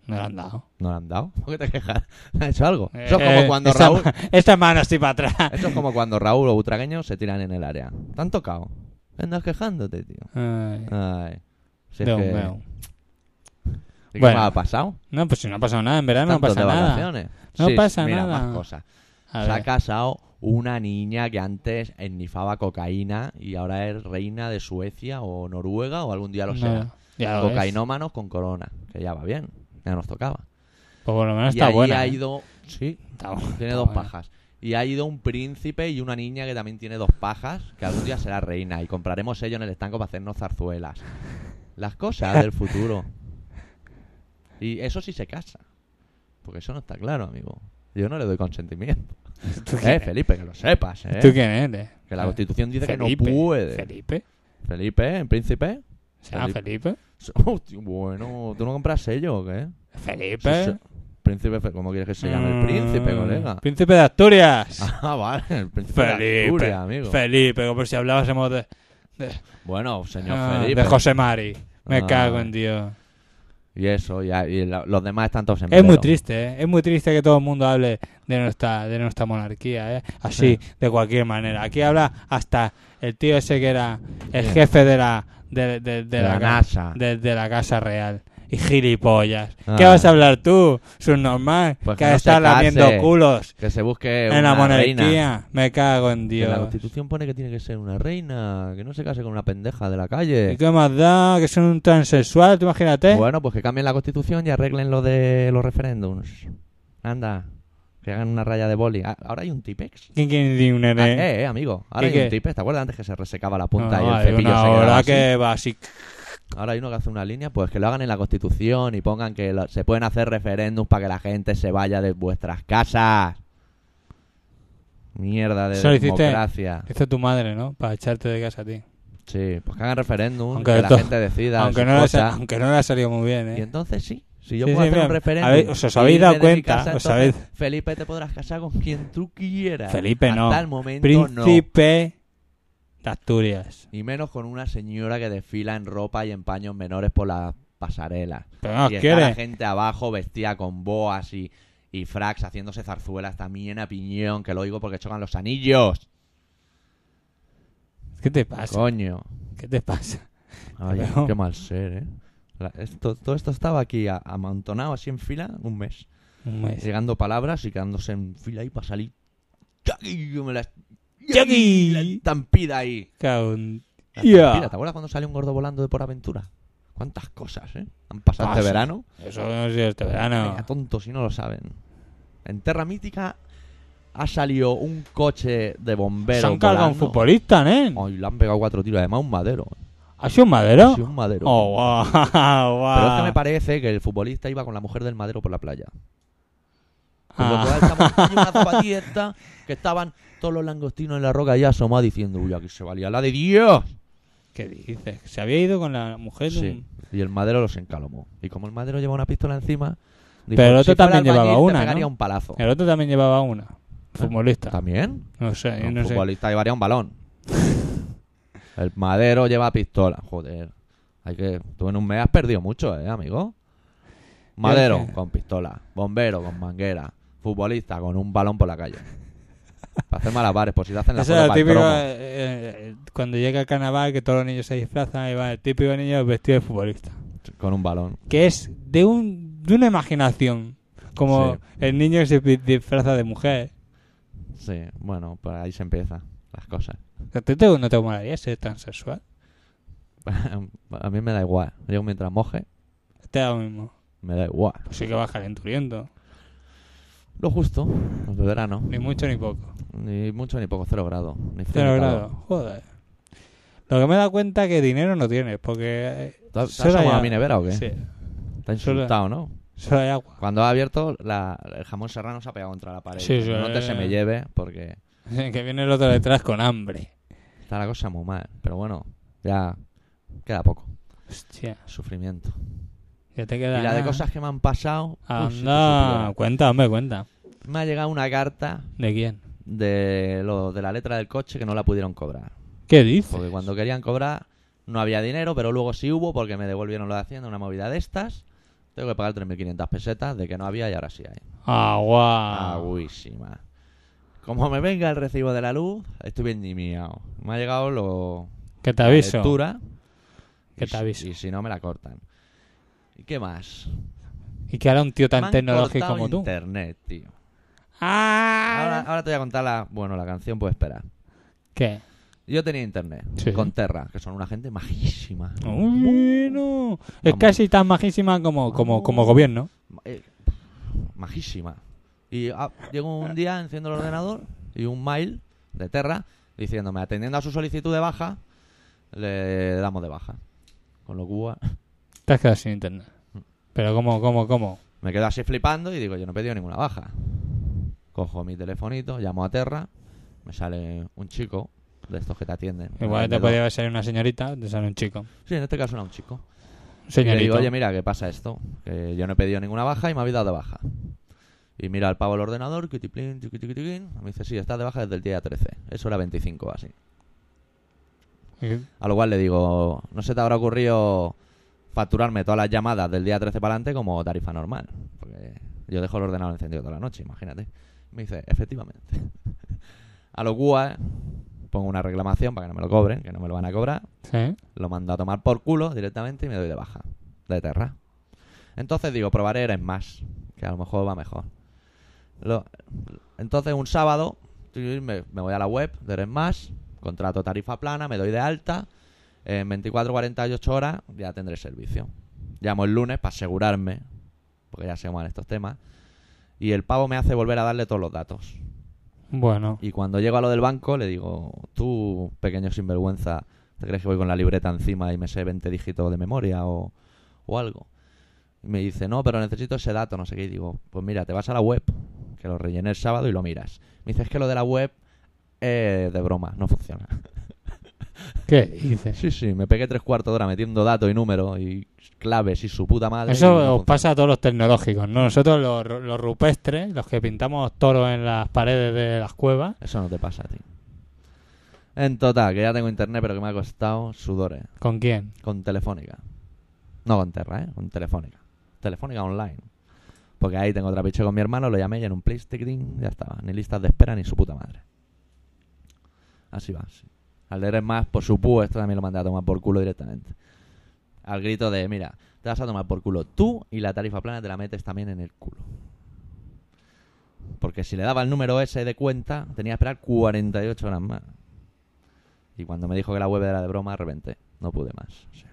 [SPEAKER 1] No lo han dado.
[SPEAKER 2] No le han dado. [LAUGHS] ¿Por qué te quejas? ¿Le han hecho algo? Eso es
[SPEAKER 1] Eh,
[SPEAKER 2] como cuando
[SPEAKER 1] esa
[SPEAKER 2] Raúl...
[SPEAKER 1] ma- esa mano así para
[SPEAKER 2] [LAUGHS]
[SPEAKER 1] atrás.
[SPEAKER 2] Eso es como cuando Raúl o Butragueño se tiran en el área. Te han tocado. Andas quejándote, tío.
[SPEAKER 1] Ay,
[SPEAKER 2] Ay. Si es
[SPEAKER 1] Dios
[SPEAKER 2] que...
[SPEAKER 1] mío.
[SPEAKER 2] ¿Y ¿Qué
[SPEAKER 1] Bueno.
[SPEAKER 2] más ha pasado?
[SPEAKER 1] No, pues si no ha pasado nada, en verano no
[SPEAKER 2] Tantos
[SPEAKER 1] pasa
[SPEAKER 2] de
[SPEAKER 1] nada.
[SPEAKER 2] vacaciones.
[SPEAKER 1] No
[SPEAKER 2] Sí,
[SPEAKER 1] pasa
[SPEAKER 2] mira,
[SPEAKER 1] nada.
[SPEAKER 2] más cosas.
[SPEAKER 1] A ver,
[SPEAKER 2] Se ha casado una niña que antes ennifaba cocaína y ahora es reina de Suecia o Noruega o algún día lo
[SPEAKER 1] no,
[SPEAKER 2] será.
[SPEAKER 1] ya lo ves.
[SPEAKER 2] Cocainómanos con corona, que ya va bien, ya nos tocaba.
[SPEAKER 1] Pues por lo menos
[SPEAKER 2] y
[SPEAKER 1] está
[SPEAKER 2] allí
[SPEAKER 1] buena.
[SPEAKER 2] ha
[SPEAKER 1] ¿eh?
[SPEAKER 2] ido, sí,
[SPEAKER 1] Está bu-
[SPEAKER 2] tiene
[SPEAKER 1] está
[SPEAKER 2] dos
[SPEAKER 1] buena.
[SPEAKER 2] pajas. Y ha ido un príncipe y una niña que también tiene dos pajas, que algún día será reina y compraremos ello en el estanco para hacernos zarzuelas. Las cosas del futuro. Y eso sí se casa. Porque eso no está claro, amigo. Yo no le doy consentimiento.
[SPEAKER 1] ¿Tú quién,
[SPEAKER 2] Eh,
[SPEAKER 1] eres?
[SPEAKER 2] Felipe, que lo sepas, eh.
[SPEAKER 1] ¿Tú quién eres?
[SPEAKER 2] Que la Constitución dice
[SPEAKER 1] Felipe,
[SPEAKER 2] que no puede. Felipe,
[SPEAKER 1] Felipe.
[SPEAKER 2] ¿en príncipe?
[SPEAKER 1] ¿Se llama Felipe?
[SPEAKER 2] [LAUGHS] Hostia, bueno, ¿tú no compras sello o qué?
[SPEAKER 1] Felipe.
[SPEAKER 2] Sí, sí. Príncipe, Fe- ¿cómo quieres que se llame? El príncipe,
[SPEAKER 1] Mm,
[SPEAKER 2] colega. [LAUGHS]
[SPEAKER 1] Príncipe de Asturias.
[SPEAKER 2] Ah, vale, el príncipe de
[SPEAKER 1] Felipe.
[SPEAKER 2] Asturias, amigo.
[SPEAKER 1] Felipe, como si hablásemos de,
[SPEAKER 2] Bueno, señor
[SPEAKER 1] ah,
[SPEAKER 2] Felipe.
[SPEAKER 1] de José Mari. Me
[SPEAKER 2] Ah.
[SPEAKER 1] cago en Dios.
[SPEAKER 2] Y eso, y, y la- los demás están todos en
[SPEAKER 1] Es muy
[SPEAKER 2] velo.
[SPEAKER 1] triste, ¿eh? es muy triste que todo el mundo hable de nuestra de nuestra monarquía, ¿eh? así, de cualquier manera. Aquí habla hasta el tío ese que era el
[SPEAKER 2] Sí.
[SPEAKER 1] jefe de la de, de- de
[SPEAKER 2] De
[SPEAKER 1] la,
[SPEAKER 2] la
[SPEAKER 1] ca-
[SPEAKER 2] NASA.
[SPEAKER 1] de, de la casa real. Y gilipollas.
[SPEAKER 2] Ah.
[SPEAKER 1] ¿Qué vas a hablar tú, subnormal?
[SPEAKER 2] Pues
[SPEAKER 1] que
[SPEAKER 2] que no
[SPEAKER 1] está
[SPEAKER 2] se case
[SPEAKER 1] lamiendo culos
[SPEAKER 2] Que se busque
[SPEAKER 1] en
[SPEAKER 2] una
[SPEAKER 1] la monarquía.
[SPEAKER 2] reina.
[SPEAKER 1] Me cago en
[SPEAKER 2] Que
[SPEAKER 1] Dios.
[SPEAKER 2] la constitución pone que tiene que ser una reina, que no se case con una pendeja de la
[SPEAKER 1] ¿Y
[SPEAKER 2] calle.
[SPEAKER 1] qué más da? Que son un transexual, tú imagínate.
[SPEAKER 2] Bueno, pues que cambien la constitución y arreglen lo de los referéndums. Anda, que hagan una raya de boli. Ah, Ahora hay un tipex.
[SPEAKER 1] ¿Quién quiere un
[SPEAKER 2] Ah,
[SPEAKER 1] nene?
[SPEAKER 2] eh, eh, amigo. Ahora
[SPEAKER 1] ¿Y
[SPEAKER 2] hay
[SPEAKER 1] qué?
[SPEAKER 2] un tipex. ¿Te acuerdas antes que se resecaba la punta
[SPEAKER 1] No,
[SPEAKER 2] y el
[SPEAKER 1] hay
[SPEAKER 2] cepillo
[SPEAKER 1] Ah, una
[SPEAKER 2] se quedaba
[SPEAKER 1] hora
[SPEAKER 2] así?
[SPEAKER 1] que va así.
[SPEAKER 2] Ahora hay uno que hace una línea, pues que lo hagan en la Constitución y pongan que lo- se pueden hacer referéndums para que la gente se vaya de vuestras casas. Mierda de
[SPEAKER 1] Eso lo hiciste.
[SPEAKER 2] democracia.
[SPEAKER 1] Hizo tu madre, ¿no? Para echarte de casa a ti.
[SPEAKER 2] Sí, pues que hagan referéndums,
[SPEAKER 1] Aunque
[SPEAKER 2] que la
[SPEAKER 1] to-
[SPEAKER 2] gente decida
[SPEAKER 1] aunque
[SPEAKER 2] sus
[SPEAKER 1] no, le ha sa-
[SPEAKER 2] cosas.
[SPEAKER 1] aunque no le ha salido muy bien,
[SPEAKER 2] Y
[SPEAKER 1] ¿eh?
[SPEAKER 2] entonces sí, si yo
[SPEAKER 1] Sí,
[SPEAKER 2] puedo
[SPEAKER 1] sí,
[SPEAKER 2] hacer un
[SPEAKER 1] mira,
[SPEAKER 2] referéndum.
[SPEAKER 1] habéis- os- os
[SPEAKER 2] e
[SPEAKER 1] habéis
[SPEAKER 2] irme
[SPEAKER 1] dado
[SPEAKER 2] de mi
[SPEAKER 1] cuenta,
[SPEAKER 2] casa,
[SPEAKER 1] os
[SPEAKER 2] entonces,
[SPEAKER 1] habéis-
[SPEAKER 2] Felipe, te podrás casar con quien tú quieras.
[SPEAKER 1] Felipe no.
[SPEAKER 2] Hasta el momento no.
[SPEAKER 1] Príncipe de Asturias.
[SPEAKER 2] Y menos con una señora que desfila en ropa y en paños menores por las pasarelas.
[SPEAKER 1] Pero no os
[SPEAKER 2] y está
[SPEAKER 1] Ah, quiere.
[SPEAKER 2] la gente abajo vestida con boas y, y fracs haciéndose zarzuelas también a piñón, que lo digo porque chocan los anillos.
[SPEAKER 1] ¿Qué te pasa?
[SPEAKER 2] Coño.
[SPEAKER 1] ¿Qué te
[SPEAKER 2] [LAUGHS]
[SPEAKER 1] pasa?
[SPEAKER 2] Ay,
[SPEAKER 1] Pero-
[SPEAKER 2] qué mal ser, ¿eh? La- esto- todo esto estaba aquí a- amontonado así en fila un mes.
[SPEAKER 1] Un mes.
[SPEAKER 2] Llegando eh, palabras y quedándose en fila ahí para salir. ¡Chucky! Yo me la,
[SPEAKER 1] ¡Chucky!
[SPEAKER 2] La estampida ahí.
[SPEAKER 1] Cago en-
[SPEAKER 2] La
[SPEAKER 1] Ya.
[SPEAKER 2] estampida. ¿Te acuerdas cuando salió un gordo volando de por aventura? ¿Cuántas cosas, eh? Han pasado este
[SPEAKER 1] Pasa.
[SPEAKER 2] verano.
[SPEAKER 1] Eso no es este Ah, verano.
[SPEAKER 2] Venga, tonto, si no lo saben. En Terra Mítica ha salido un coche de bomberos.
[SPEAKER 1] Se han cargado a un
[SPEAKER 2] volando.
[SPEAKER 1] futbolista, ¿eh?
[SPEAKER 2] Ay, le han pegado cuatro tiros. Además, un madero.
[SPEAKER 1] ¿Ha sido un madero?
[SPEAKER 2] Sí, un madero.
[SPEAKER 1] Oh, wow. [LAUGHS] wow.
[SPEAKER 2] Pero es que me parece que el futbolista iba con la mujer del madero por la playa. Y
[SPEAKER 1] Ah.
[SPEAKER 2] por toda esta
[SPEAKER 1] [LAUGHS]
[SPEAKER 2] montaña, una zapatilla que estaban todos los langostinos en la roca y asomados diciendo, uy, aquí se valía la de Dios.
[SPEAKER 1] ¿Qué dices? ¿Se había ido con la mujer? de
[SPEAKER 2] Sí.
[SPEAKER 1] un-
[SPEAKER 2] Y el madero los encalomó. Y como el madero lleva una pistola encima, dijo,
[SPEAKER 1] Pero el
[SPEAKER 2] "Si
[SPEAKER 1] otro
[SPEAKER 2] fuera
[SPEAKER 1] también llevaba
[SPEAKER 2] albañil, te
[SPEAKER 1] una,
[SPEAKER 2] pegaría
[SPEAKER 1] ¿no?
[SPEAKER 2] un palazo.
[SPEAKER 1] El otro también llevaba una. Futbolista.
[SPEAKER 2] ¿También?
[SPEAKER 1] No sé, yo
[SPEAKER 2] Un
[SPEAKER 1] no sé.
[SPEAKER 2] Eh, futbolista llevaría un balón. El madero lleva pistola. Joder. Hay que... Tú en un mes has perdido mucho, ¿eh, amigo? Madero
[SPEAKER 1] sé.
[SPEAKER 2] con pistola. Bombero con manguera. Futbolista con un balón por la calle. Para hacer malabares, por si te hacen la
[SPEAKER 1] Eso
[SPEAKER 2] foto
[SPEAKER 1] es lo
[SPEAKER 2] para el
[SPEAKER 1] típico
[SPEAKER 2] promo.
[SPEAKER 1] eh, eh, cuando llega el carnaval que todos los niños se disfrazan y va el típico niño vestido de futbolista.
[SPEAKER 2] Con un balón.
[SPEAKER 1] Que es de un de una imaginación. Como
[SPEAKER 2] Sí.
[SPEAKER 1] el niño que se pi- disfraza de mujer.
[SPEAKER 2] Sí, bueno, por ahí se empiezan las cosas. [LAUGHS]
[SPEAKER 1] ¿A ti te- no te molaría ser tan sexual?
[SPEAKER 2] A mí me da igual. Yo mientras moje,
[SPEAKER 1] Te da lo mismo.
[SPEAKER 2] me da igual.
[SPEAKER 1] Pues sí que vas calenturiento.
[SPEAKER 2] Lo justo, los de verano.
[SPEAKER 1] Ni mucho ni poco.
[SPEAKER 2] Ni mucho ni poco, cero grado. Ni frío
[SPEAKER 1] Cero
[SPEAKER 2] ni calor.
[SPEAKER 1] grados. Joder. Lo que me he dado cuenta es que dinero no tienes. Porque. eh,
[SPEAKER 2] ¿Te has te has
[SPEAKER 1] Solo
[SPEAKER 2] asomado
[SPEAKER 1] ya-
[SPEAKER 2] a mi nevera o qué?
[SPEAKER 1] Sí.
[SPEAKER 2] Te ha insultado, ¿no?
[SPEAKER 1] Solo hay agua. [LAUGHS]
[SPEAKER 2] Cuando ha abierto, la- el jamón serrano se ha pegado contra la pared.
[SPEAKER 1] Sí, sí,
[SPEAKER 2] no te
[SPEAKER 1] eh.
[SPEAKER 2] se me lleve, porque
[SPEAKER 1] Que viene el otro detrás con hambre.
[SPEAKER 2] está la cosa muy mal. Pero bueno, ya queda poco.
[SPEAKER 1] Hostia.
[SPEAKER 2] Sufrimiento.
[SPEAKER 1] Ya te queda.
[SPEAKER 2] y la de
[SPEAKER 1] nada. Ah,
[SPEAKER 2] cosas que me han pasado... uy, si tú
[SPEAKER 1] Anda,
[SPEAKER 2] supieras.
[SPEAKER 1] cuenta, hombre, cuenta.
[SPEAKER 2] ¿eh? me ha llegado una carta
[SPEAKER 1] ¿De quién?
[SPEAKER 2] de, lo, de la letra del coche que no la pudieron cobrar.
[SPEAKER 1] ¿Qué dices?
[SPEAKER 2] Porque cuando querían cobrar no había dinero, pero luego sí hubo porque me devolvieron lo de Hacienda, una movida de estas. Tengo que pagar 3.500 pesetas de que no había y ahora sí hay.
[SPEAKER 1] Ah, guau.
[SPEAKER 2] Agüísima. Como me venga el recibo de la luz, estoy bien nimiao. Me ha llegado lo,
[SPEAKER 1] que te
[SPEAKER 2] la
[SPEAKER 1] aviso.
[SPEAKER 2] lectura.
[SPEAKER 1] Que
[SPEAKER 2] y
[SPEAKER 1] te
[SPEAKER 2] si-
[SPEAKER 1] aviso.
[SPEAKER 2] Y si no, me la cortan. ¿Y qué más?
[SPEAKER 1] Y que ahora un tío
[SPEAKER 2] Me
[SPEAKER 1] tan
[SPEAKER 2] han
[SPEAKER 1] tecnológico
[SPEAKER 2] cortado
[SPEAKER 1] como tú.
[SPEAKER 2] internet, tío. Ahora,
[SPEAKER 1] Ah.
[SPEAKER 2] ahora te voy a contar la... Bueno, la canción puede esperar.
[SPEAKER 1] ¿Qué?
[SPEAKER 2] Yo tenía internet
[SPEAKER 1] Sí. Uh.
[SPEAKER 2] con Terra, que son una gente majísima.
[SPEAKER 1] Bueno. Es
[SPEAKER 2] Vamos.
[SPEAKER 1] casi tan majísima como, como, como gobierno.
[SPEAKER 2] Ma- eh, majísima. Y ah, llego un día, enciendo el ordenador y un mail de Terra diciéndome, atendiendo a su solicitud de baja, le damos de baja. Con lo cual
[SPEAKER 1] Te has quedado sin internet.
[SPEAKER 2] Mm.
[SPEAKER 1] Pero cómo, cómo, cómo.
[SPEAKER 2] me quedo así flipando y digo, yo no he pedido ninguna baja. Cojo mi telefonito, llamo a Terra, me sale un chico de estos que te atienden.
[SPEAKER 1] Igual te
[SPEAKER 2] Atendedor.
[SPEAKER 1] podía haber salido una señorita, te sale un chico.
[SPEAKER 2] Sí, en este caso era un chico.
[SPEAKER 1] Un
[SPEAKER 2] Y le digo,
[SPEAKER 1] Señorito.
[SPEAKER 2] oye, mira, ¿qué pasa esto? Que yo no he pedido ninguna baja y me habéis dado de baja. Y mira al pavo el ordenador, cutiplín, tiquitiquitiquín. Me dice, sí, estás de baja desde el día 13. Eso era 25, así.
[SPEAKER 1] Y-
[SPEAKER 2] A lo cual le digo, ¿no se te habrá ocurrido facturarme todas las llamadas del día 13 para adelante como tarifa normal. Porque yo dejo el ordenador encendido toda la noche, imagínate. Me dice, efectivamente. [LAUGHS] A lo cual pongo una reclamación para que no me lo cobren, que no me lo van a cobrar.
[SPEAKER 1] Sí.
[SPEAKER 2] Lo mando a tomar por culo directamente y me doy de baja. De Terra. Entonces digo, probaré Eres Más, que a lo mejor va mejor. Lo- entonces un sábado me, me voy a la web de Eres Más, contrato tarifa plana, me doy de alta. En 24-48 horas ya tendré servicio. Llamo el lunes para asegurarme, porque ya sé cómo van estos temas. Y el pavo me hace volver a darle todos los datos.
[SPEAKER 1] Bueno,
[SPEAKER 2] Y cuando llego a lo del banco, le digo, tú, pequeño sinvergüenza, ¿te crees que voy con la libreta encima y me sé 20 dígitos de memoria o, o algo? Y me dice, no, pero necesito ese dato, no sé qué. Y digo, pues mira, te vas a la web, que lo rellené el sábado y lo miras. Me dice, es que lo de la web es de broma,
[SPEAKER 1] [LAUGHS]
[SPEAKER 2] no funciona.
[SPEAKER 1] ¿qué dices?
[SPEAKER 2] Sí, sí, me pegué tres cuartos de hora metiendo datos y números y claves y su puta madre. y no
[SPEAKER 1] Eso os
[SPEAKER 2] funciona.
[SPEAKER 1] pasa a todos los tecnológicos, ¿no? Nosotros los, los rupestres, los que pintamos toros en las paredes de las cuevas,
[SPEAKER 2] Eso no te pasa a ti. En total, que ya tengo internet, pero que me ha costado sudores.
[SPEAKER 1] ¿con quién?
[SPEAKER 2] Con Telefónica. No con Terra, ¿eh? Con Telefónica. Telefónica online. Porque ahí tengo otra piche con mi hermano, lo llamé y en un PlayStation ya estaba. Ni listas de espera ni su puta madre. Así va, sí. Al leer es más, por supuesto, también lo mandé a tomar por culo directamente. Al grito de, mira, te vas a tomar por culo tú y la tarifa plana te la metes también en el culo. Porque si le daba el número ese de cuenta, tenía que esperar 48 horas más. Y cuando me dijo que la web era de broma, reventé. No pude más. O sea,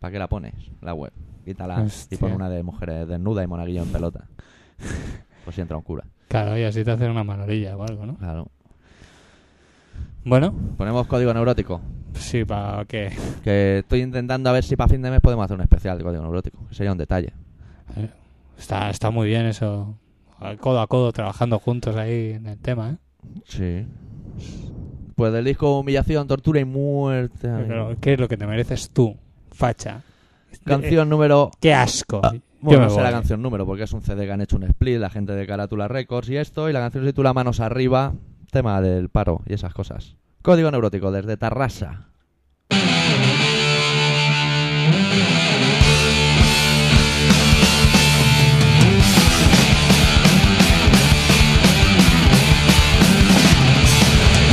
[SPEAKER 2] ¿Para qué la pones? La web. Quítala y
[SPEAKER 1] Hostia.
[SPEAKER 2] pon una de mujeres desnudas y monaguillo en pelota. Pues si entra un cura.
[SPEAKER 1] Claro, y así te hacen una manolilla o algo, ¿no?
[SPEAKER 2] Claro.
[SPEAKER 1] Bueno,
[SPEAKER 2] Ponemos código neurótico.
[SPEAKER 1] sí, para que...
[SPEAKER 2] Que estoy intentando a ver si para fin de mes podemos hacer un especial de código neurótico. Que sería un detalle.
[SPEAKER 1] Está, está muy bien eso, al codo a codo, trabajando juntos ahí en el tema, ¿eh?
[SPEAKER 2] Sí. Pues del disco Humillación, Tortura y Muerte.
[SPEAKER 1] Pero, ¿Qué es lo que te mereces tú, facha? Eh,
[SPEAKER 2] Canción número.
[SPEAKER 1] ¡Qué asco! Yo
[SPEAKER 2] Bueno,
[SPEAKER 1] me
[SPEAKER 2] no sé la
[SPEAKER 1] voy.
[SPEAKER 2] canción número porque es un CD que han hecho un split, la gente de Carátula Records y esto. Y la canción se titula Manos Arriba, tema del paro y esas cosas. Código neurótico desde Tarrasa.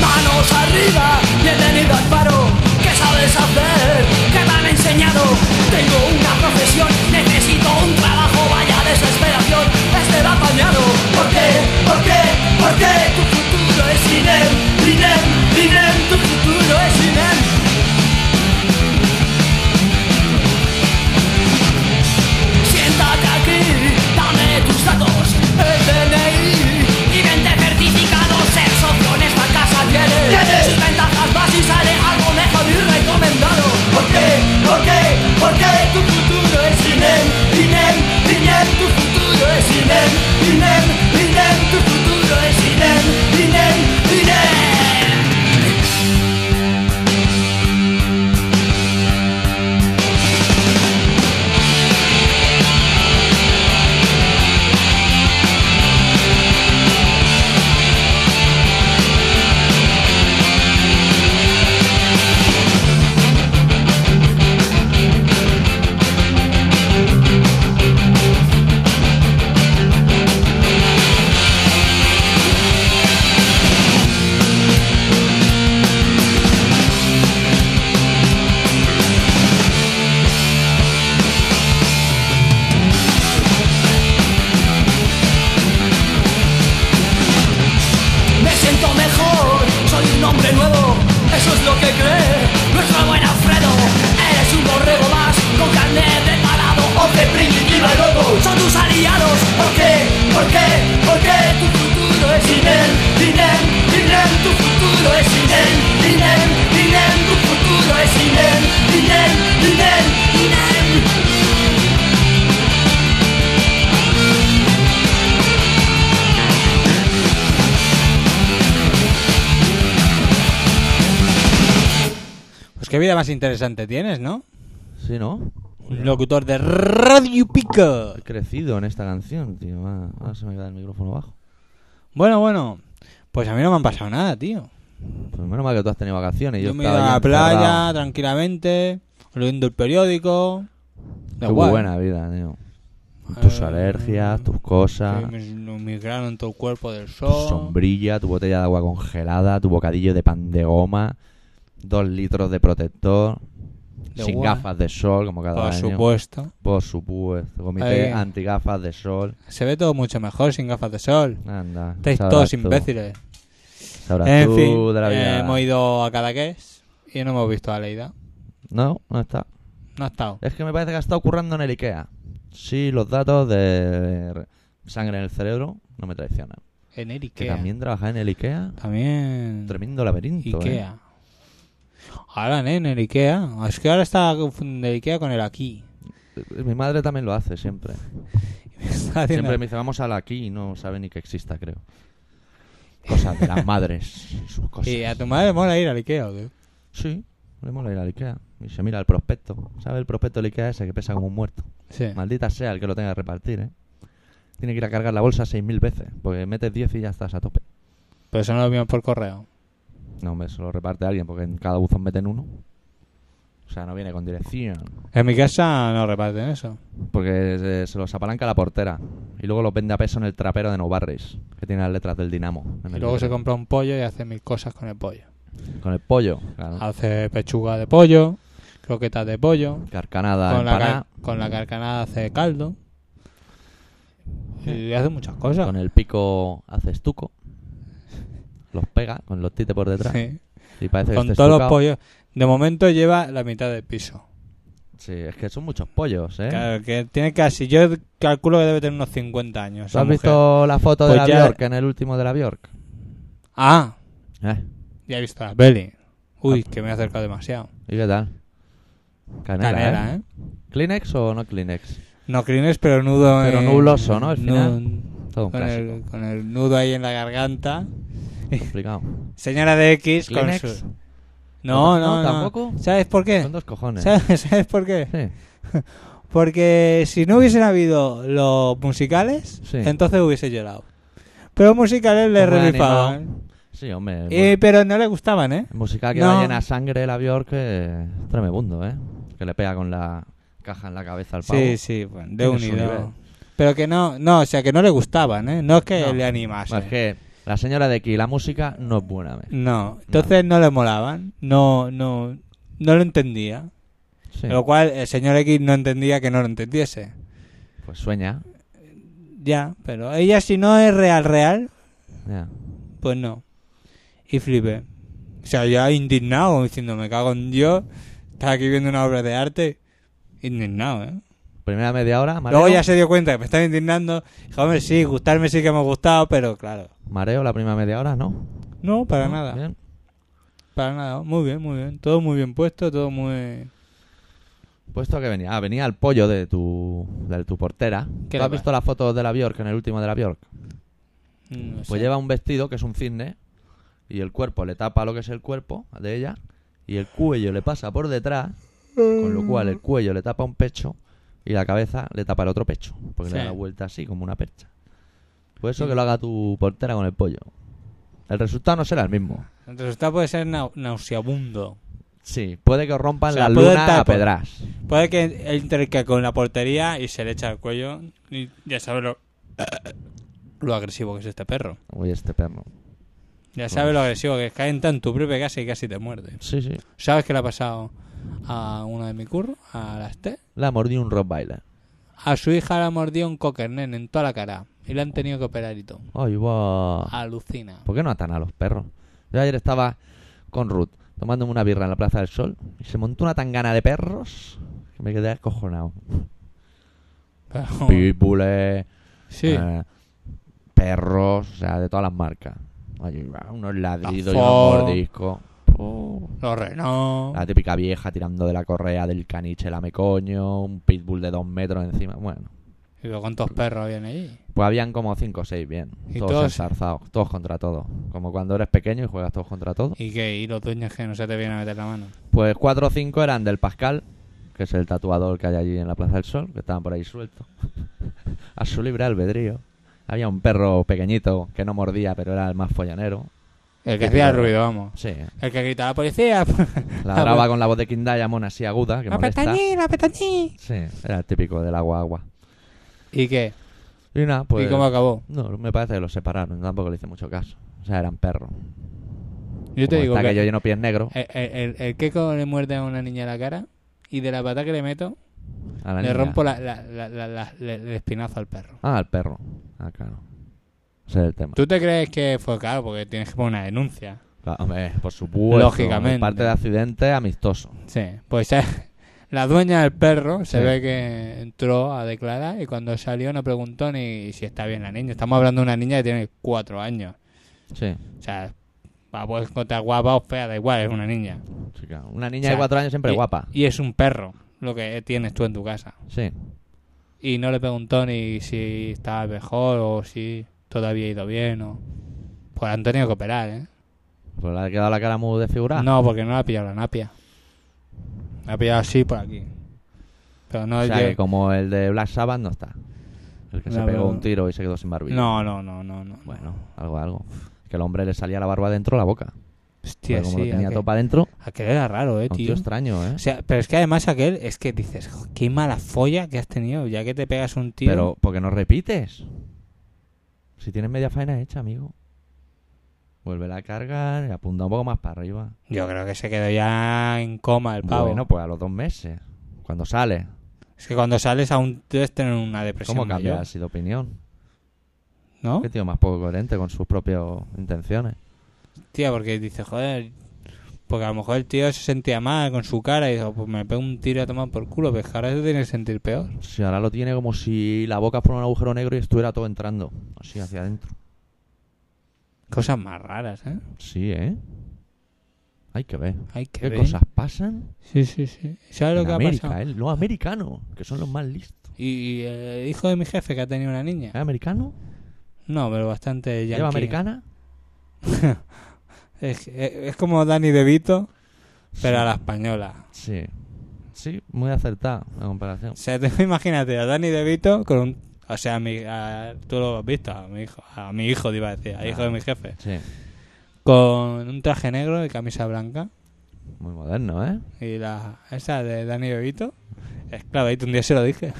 [SPEAKER 3] Manos arriba, bienvenido al paro. ¿Qué sabes hacer? ¿Qué me han enseñado? Tengo una profesión, necesito un trabajo, vaya desesperación. Este va apañado. ¿Por qué? ¿Por qué? ¿Por qué? Tu futuro es INEM, INEM, INEM, tu futuro es INEM. Siéntate aquí, dame tus datos, el DNI y vente certificado, ser socio en esta casa tiene sus ventajas más y sale algo mejor y recomendado. ¿Por qué? ¿Por qué? ¿Por qué tu futuro es INEM? INEM, INEM, tu futuro es INEM, INEM, INEM, tu futuro es INEM, INEM, INEM. Me siento mejor, soy un hombre nuevo, eso es lo que cree nuestro buen Alfredo. Eres un borrego más, con carne de parado o de primitiva y lobo. Son tus aliados, ¿por qué? ¿Por qué? ¿Por qué? Tu futuro es INEM, INEM, INEM, tu futuro es INEM, INEM, INEM, tu futuro es INEM, INEM, INEM, INEM.
[SPEAKER 1] Pues qué vida más interesante tienes, ¿no?
[SPEAKER 2] ¿Sí, no?
[SPEAKER 1] Un locutor de Radio Pico.
[SPEAKER 2] He crecido en esta canción, tío. Ah, Ahora se me queda el micrófono bajo.
[SPEAKER 1] Bueno, bueno. Pues a mí no me han pasado nada, tío.
[SPEAKER 2] Pues menos mal que tú has tenido vacaciones. y
[SPEAKER 1] Yo,
[SPEAKER 2] Yo,
[SPEAKER 1] me he ido
[SPEAKER 2] estaba
[SPEAKER 1] a
[SPEAKER 2] ya
[SPEAKER 1] la playa
[SPEAKER 2] encerrado.
[SPEAKER 1] tranquilamente, leyendo el periódico, Da
[SPEAKER 2] Qué
[SPEAKER 1] igual.
[SPEAKER 2] buena vida, tío. Tus
[SPEAKER 1] Eh,
[SPEAKER 2] alergias, tus cosas,
[SPEAKER 1] Que mi, mi grano en todo el cuerpo del
[SPEAKER 2] tu
[SPEAKER 1] sol.
[SPEAKER 2] sombrilla, tu botella de agua congelada, tu bocadillo de pan de goma, dos litros de protector,
[SPEAKER 1] De
[SPEAKER 2] sin
[SPEAKER 1] guay.
[SPEAKER 2] gafas de sol, como cada
[SPEAKER 1] Por
[SPEAKER 2] año.
[SPEAKER 1] supuesto.
[SPEAKER 2] Por supuesto. Comité
[SPEAKER 1] Ahí.
[SPEAKER 2] antigafas de sol.
[SPEAKER 1] Se ve todo mucho mejor sin gafas de sol.
[SPEAKER 2] Anda.
[SPEAKER 1] Estáis
[SPEAKER 2] sabrás
[SPEAKER 1] todos
[SPEAKER 2] tú.
[SPEAKER 1] imbéciles.
[SPEAKER 2] Sabrás
[SPEAKER 1] En
[SPEAKER 2] tú
[SPEAKER 1] fin,
[SPEAKER 2] de la vida.
[SPEAKER 1] eh, hemos ido a Cadaqués y no hemos visto a Leida.
[SPEAKER 2] No, no está.
[SPEAKER 1] No ha estado.
[SPEAKER 2] Es que me parece que ha estado currando en el IKEA. Sí, los datos de re- sangre en el cerebro no me traicionan.
[SPEAKER 1] En el
[SPEAKER 2] Que
[SPEAKER 1] Ikea.
[SPEAKER 2] también trabajar en el IKEA.
[SPEAKER 1] También.
[SPEAKER 2] Tremendo laberinto. ¿eh?
[SPEAKER 1] Ikea. Ahora, nen, el Ikea. Es que ahora está confundiendo el Ikea con el aquí. [LAUGHS]
[SPEAKER 2] eh. Mi madre también lo hace siempre.
[SPEAKER 1] Está haciendo-
[SPEAKER 2] Siempre me dice, vamos al aquí y no sabe ni que exista, creo. Cosas de las madres. Sus cosas.
[SPEAKER 1] Y a tu madre mola ir al Ikea, ¿o qué?
[SPEAKER 2] Sí, le mola ir al IKEA. Y se mira el prospecto. ¿Sabe el prospecto del IKEA ese que pesa como un muerto?
[SPEAKER 1] Sí.
[SPEAKER 2] Maldita sea el que lo tenga que repartir, ¿eh? Tiene que ir a cargar la bolsa 6.000 veces, porque metes 10 y ya estás a tope.
[SPEAKER 1] Pero eso no lo vimos por correo.
[SPEAKER 2] No, hombre, se lo reparte alguien, porque en cada buzón meten uno. O sea, no viene con dirección.
[SPEAKER 1] En mi casa no reparten eso.
[SPEAKER 2] Porque se, se los apalanca la portera. Y luego los vende a peso en el trapero de No Barris, que tiene las letras del Dinamo. en
[SPEAKER 1] Y
[SPEAKER 2] el
[SPEAKER 1] luego se
[SPEAKER 2] libro.
[SPEAKER 1] compra un pollo y hace mil cosas con el pollo.
[SPEAKER 2] Con el pollo, claro.
[SPEAKER 1] Hace pechuga de pollo, croquetas de pollo.
[SPEAKER 2] Carcanada,
[SPEAKER 1] Con la,
[SPEAKER 2] empanada,
[SPEAKER 1] car- con la carcanada hace caldo. Y hace muchas cosas.
[SPEAKER 2] con el pico hace estuco. Los pega con los tites por detrás.
[SPEAKER 1] Sí.
[SPEAKER 2] Y parece que
[SPEAKER 1] Con
[SPEAKER 2] esté
[SPEAKER 1] todos los
[SPEAKER 2] este estucao.
[SPEAKER 1] pollos. De momento lleva la mitad del piso.
[SPEAKER 2] Sí, es que son muchos pollos, ¿eh?
[SPEAKER 1] Claro, que tiene casi. Yo calculo que debe tener unos 50 años.
[SPEAKER 2] ¿Tú
[SPEAKER 1] esa
[SPEAKER 2] has
[SPEAKER 1] mujer.
[SPEAKER 2] visto la foto de
[SPEAKER 1] Pues
[SPEAKER 2] la
[SPEAKER 1] ya-
[SPEAKER 2] Bjork en el último de la Bjork?
[SPEAKER 1] Ah,
[SPEAKER 2] Eh,
[SPEAKER 1] ya he visto la peli. Uy,
[SPEAKER 2] Ah.
[SPEAKER 1] que me he acercado demasiado.
[SPEAKER 2] ¿Y qué tal? Canela,
[SPEAKER 1] Canela,
[SPEAKER 2] ¿eh?
[SPEAKER 1] ¿eh?
[SPEAKER 2] ¿Kleenex o no Kleenex?
[SPEAKER 1] No crines, pero nudo.
[SPEAKER 2] Pero
[SPEAKER 1] en-
[SPEAKER 2] nubloso, ¿no? Al final,
[SPEAKER 1] nudo-
[SPEAKER 2] todo un
[SPEAKER 1] con, el,
[SPEAKER 2] clásico.
[SPEAKER 1] con el nudo ahí en la garganta.
[SPEAKER 2] Complicado.
[SPEAKER 1] Señora de X con
[SPEAKER 2] ¿Kleenex?
[SPEAKER 1] su- No,
[SPEAKER 2] No,
[SPEAKER 1] no, no.
[SPEAKER 2] tampoco.
[SPEAKER 1] ¿Sabes por qué?
[SPEAKER 2] Son dos cojones.
[SPEAKER 1] ¿Sabes, [LAUGHS] sabes por qué?
[SPEAKER 2] Sí.
[SPEAKER 1] Porque si no hubiesen habido los musicales,
[SPEAKER 2] Sí.
[SPEAKER 1] entonces hubiese llorado. Pero los musicales le
[SPEAKER 2] Hombre,
[SPEAKER 1] relifaban.
[SPEAKER 2] animado. Sí, hombre.
[SPEAKER 1] Eh,
[SPEAKER 2] mu-
[SPEAKER 1] pero no le gustaban, ¿eh?
[SPEAKER 2] Música que
[SPEAKER 1] no.
[SPEAKER 2] va llena de sangre la Bjork eh, es tremebundo, ¿eh? Que le pega con la caja en la cabeza al pavo.
[SPEAKER 1] Sí, sí, bueno, de
[SPEAKER 2] Tiene su
[SPEAKER 1] unido.
[SPEAKER 2] nivel.
[SPEAKER 1] Pero que no, no, o sea, que no le gustaban, ¿eh? No es que
[SPEAKER 2] No.
[SPEAKER 1] le animase.
[SPEAKER 2] Bueno, Es que la señora de aquí, la música no es buena. ¿eh?
[SPEAKER 1] No, entonces no le molaban, no, no, no lo entendía.
[SPEAKER 2] Sí.
[SPEAKER 1] Lo cual el señor X no entendía que no lo entendiese.
[SPEAKER 2] Pues sueña.
[SPEAKER 1] Ya, pero ella si no es real, real,
[SPEAKER 2] ya.
[SPEAKER 1] pues no. Y flipé. O sea, ya indignado, diciendo, me cago en Dios, estaba aquí viendo una obra de arte. Indignado, ¿eh?
[SPEAKER 2] Primera media hora, mareo.
[SPEAKER 1] Luego ya se dio cuenta que me estaba indignando. Dijo, hombre, sí, gustarme sí que me ha gustado, pero claro.
[SPEAKER 2] Mareo la primera media hora, ¿no?
[SPEAKER 1] No, para
[SPEAKER 2] ¿No?
[SPEAKER 1] nada.
[SPEAKER 2] Ah, Bien.
[SPEAKER 1] Para nada, muy bien, muy bien. Todo muy bien puesto, todo muy...
[SPEAKER 2] Puesto que venía, ah, venía el pollo de tu, de tu portera.
[SPEAKER 1] ¿Qué
[SPEAKER 2] ¿Tú has
[SPEAKER 1] le
[SPEAKER 2] visto la foto de la Bjork en el último de la Bjork?
[SPEAKER 1] no sé.
[SPEAKER 2] Pues lleva un vestido que es un cisne y el cuerpo le tapa lo que es el cuerpo de ella y el cuello le pasa por detrás, con lo cual el cuello le tapa un pecho y la cabeza le tapa el otro pecho, porque le da
[SPEAKER 1] Sí.
[SPEAKER 2] la vuelta así como una percha. Pues eso que lo haga tu portera con el pollo. El resultado no será el mismo.
[SPEAKER 1] El resultado puede ser nau- nauseabundo.
[SPEAKER 2] Sí, puede que os rompan
[SPEAKER 1] O sea,
[SPEAKER 2] la
[SPEAKER 1] puede
[SPEAKER 2] luna
[SPEAKER 1] estar
[SPEAKER 2] a
[SPEAKER 1] por-
[SPEAKER 2] pedras.
[SPEAKER 1] Puede que él interque con la portería y se le echa al cuello y ya sabe lo, [COUGHS] lo agresivo que es este perro.
[SPEAKER 2] Uy, este perro. Pues
[SPEAKER 1] Ya sabe lo agresivo que es. Caen tan tu propia casa y casi te muerde.
[SPEAKER 2] Sí, sí.
[SPEAKER 1] ¿Sabes qué le ha pasado a una de mi curro? A las T.
[SPEAKER 2] La mordió un rottweiler.
[SPEAKER 1] A su hija la mordió un cocker, nen, en toda la cara. Y la han tenido que operar y todo.
[SPEAKER 2] Ay, va.
[SPEAKER 1] Alucina.
[SPEAKER 2] ¿Por qué no atan a los perros? Yo ayer estaba con Ruth tomándome una birra en la Plaza del Sol y se montó una tangana de perros que me quedé descojonado.
[SPEAKER 1] Pero-
[SPEAKER 2] Pitbulls,
[SPEAKER 1] Oh. sí.
[SPEAKER 2] eh, perros, o sea, de todas las marcas. Oye, va, unos ladridos
[SPEAKER 1] Ford.
[SPEAKER 2] y unos mordiscos. Oh.
[SPEAKER 1] Los Renault.
[SPEAKER 2] La típica vieja tirando de la correa del caniche lamecoño, un pitbull de dos metros encima. Bueno,
[SPEAKER 1] Y luego cuántos perros habían allí.
[SPEAKER 2] pues habían como cinco o seis, bien.
[SPEAKER 1] Y
[SPEAKER 2] Todos,
[SPEAKER 1] todos-
[SPEAKER 2] ensarzados, todos contra todos. Como cuando eres pequeño y juegas todos contra todos.
[SPEAKER 1] Y que y los dueños que no se te vienen a meter la mano.
[SPEAKER 2] Pues cuatro o cinco eran del Pascal, que es el tatuador que hay allí en la Plaza del Sol, que estaban por ahí sueltos. [LAUGHS] A su libre albedrío. Había un perro pequeñito que no mordía, pero era el más follonero.
[SPEAKER 1] El que
[SPEAKER 2] Típico.
[SPEAKER 1] hacía ruido, vamos.
[SPEAKER 2] Sí.
[SPEAKER 1] El que gritaba policía. [LAUGHS] Ah,
[SPEAKER 2] Ladraba con la voz de King Diamond así aguda, que
[SPEAKER 1] La
[SPEAKER 2] molesta.
[SPEAKER 1] pestañina, la pestañina.
[SPEAKER 2] Sí, era el típico del agua agua.
[SPEAKER 1] ¿Y qué?
[SPEAKER 2] Y nada, pues...
[SPEAKER 1] ¿Y cómo acabó?
[SPEAKER 2] No, me parece que los separaron, tampoco le hice mucho caso. O sea, eran perros.
[SPEAKER 1] Yo te
[SPEAKER 2] Como
[SPEAKER 1] digo
[SPEAKER 2] Está
[SPEAKER 1] que
[SPEAKER 2] que yo lleno pies negros.
[SPEAKER 1] el, el, el- el queco le muerde a una niña la cara y de la pata que le meto
[SPEAKER 2] a la
[SPEAKER 1] le
[SPEAKER 2] niña.
[SPEAKER 1] rompo la, la- la- la- la- le- el espinazo al perro.
[SPEAKER 2] Ah, al perro. Ah, claro. Ese es el tema.
[SPEAKER 1] ¿Tú te crees que fue caro? Porque tienes que poner una denuncia.
[SPEAKER 2] Claro, hombre, por supuesto.
[SPEAKER 1] Lógicamente.
[SPEAKER 2] Parte de accidente amistoso.
[SPEAKER 1] Sí, pues eh, [LAUGHS] la dueña del perro se
[SPEAKER 2] Sí.
[SPEAKER 1] ve que entró a declarar y cuando salió no preguntó ni si está bien la niña. Estamos hablando de una niña que tiene cuatro años.
[SPEAKER 2] Sí.
[SPEAKER 1] O sea, va a poder encontrar guapa o fea, da igual, es una niña.
[SPEAKER 2] sí, claro. Una niña
[SPEAKER 1] O sea,
[SPEAKER 2] de cuatro años siempre
[SPEAKER 1] y-
[SPEAKER 2] guapa.
[SPEAKER 1] Y es un perro lo que tienes tú en tu casa.
[SPEAKER 2] Sí.
[SPEAKER 1] Y no le preguntó ni si estaba mejor o si todo había ido bien o... Pues han tenido que operar, ¿eh?
[SPEAKER 2] Pues le ha quedado la cara muy desfigurada.
[SPEAKER 1] No, porque no la ha pillado la napia. La ha pillado así por aquí. Pero no
[SPEAKER 2] o sea,
[SPEAKER 1] yo-
[SPEAKER 2] que como el de Black Sabbath no está. El que se
[SPEAKER 1] No,
[SPEAKER 2] pegó
[SPEAKER 1] pero-
[SPEAKER 2] un tiro y se quedó sin barbilla.
[SPEAKER 1] No, no, no, no, no.
[SPEAKER 2] Bueno, algo, algo. Es que el hombre le salía la barba dentro de la boca.
[SPEAKER 1] Hostia,
[SPEAKER 2] Pero como
[SPEAKER 1] sí,
[SPEAKER 2] lo tenía
[SPEAKER 1] aquel,
[SPEAKER 2] todo para adentro,
[SPEAKER 1] aquel era raro, eh,
[SPEAKER 2] un
[SPEAKER 1] tío.
[SPEAKER 2] tío extraño, ¿eh?
[SPEAKER 1] O sea, pero es que además aquel, es que dices, "Jo, qué mala folla que has tenido, ya que te pegas un tío.
[SPEAKER 2] Pero, ¿por qué no repites? Si tienes media faena hecha, amigo. Vuelve la carga y apunta un poco más para arriba.
[SPEAKER 1] Yo creo que se quedó ya en coma el pavo.
[SPEAKER 2] Bueno, pues a los dos meses. Cuando sale.
[SPEAKER 1] Es que cuando sales aún debes tener una depresión
[SPEAKER 2] ¿Cómo Eh. cambia
[SPEAKER 1] mayor,
[SPEAKER 2] así de opinión?
[SPEAKER 1] ¿no?
[SPEAKER 2] Qué tío más poco coherente con sus propias intenciones.
[SPEAKER 1] Tía, porque dices, joder, porque a lo mejor el tío se sentía mal con su cara y dijo, pues me pego un tiro a tomar por culo, pero es que ahora se tiene que sentir peor.
[SPEAKER 2] Si ahora lo tiene como si la boca fuera un agujero negro y estuviera todo entrando. Así, hacia adentro.
[SPEAKER 1] Cosas más raras, ¿eh?
[SPEAKER 2] Sí, ¿eh? Hay que ver.
[SPEAKER 1] Hay que
[SPEAKER 2] ¿Qué
[SPEAKER 1] ver.
[SPEAKER 2] cosas pasan?
[SPEAKER 1] Sí, sí, sí. ¿Sabes lo
[SPEAKER 2] en
[SPEAKER 1] que
[SPEAKER 2] América,
[SPEAKER 1] ha pasado?
[SPEAKER 2] ¿eh? Los americanos, que son los más listos.
[SPEAKER 1] Y, y el hijo de mi jefe que ha tenido una niña.
[SPEAKER 2] ¿Es americano?
[SPEAKER 1] No, pero bastante yankee.
[SPEAKER 2] ¿Lleva americana?
[SPEAKER 1] Es, es- es como Danny DeVito, pero a la española.
[SPEAKER 2] Sí. Sí, muy acertada la comparación.
[SPEAKER 1] O sea, [LAUGHS] te- imagínate a Danny DeVito con un... O sea, a mi, a- tú lo has visto, a mi hijo, a mi hijo te iba a decir, al hijo de mi jefe.
[SPEAKER 2] Sí,
[SPEAKER 1] Con un traje negro y camisa blanca.
[SPEAKER 2] muy moderno,
[SPEAKER 1] [LAUGHS]
[SPEAKER 2] ¿eh?
[SPEAKER 1] Y la esa de Danny DeVito. Es claro, ahí un día se lo dije.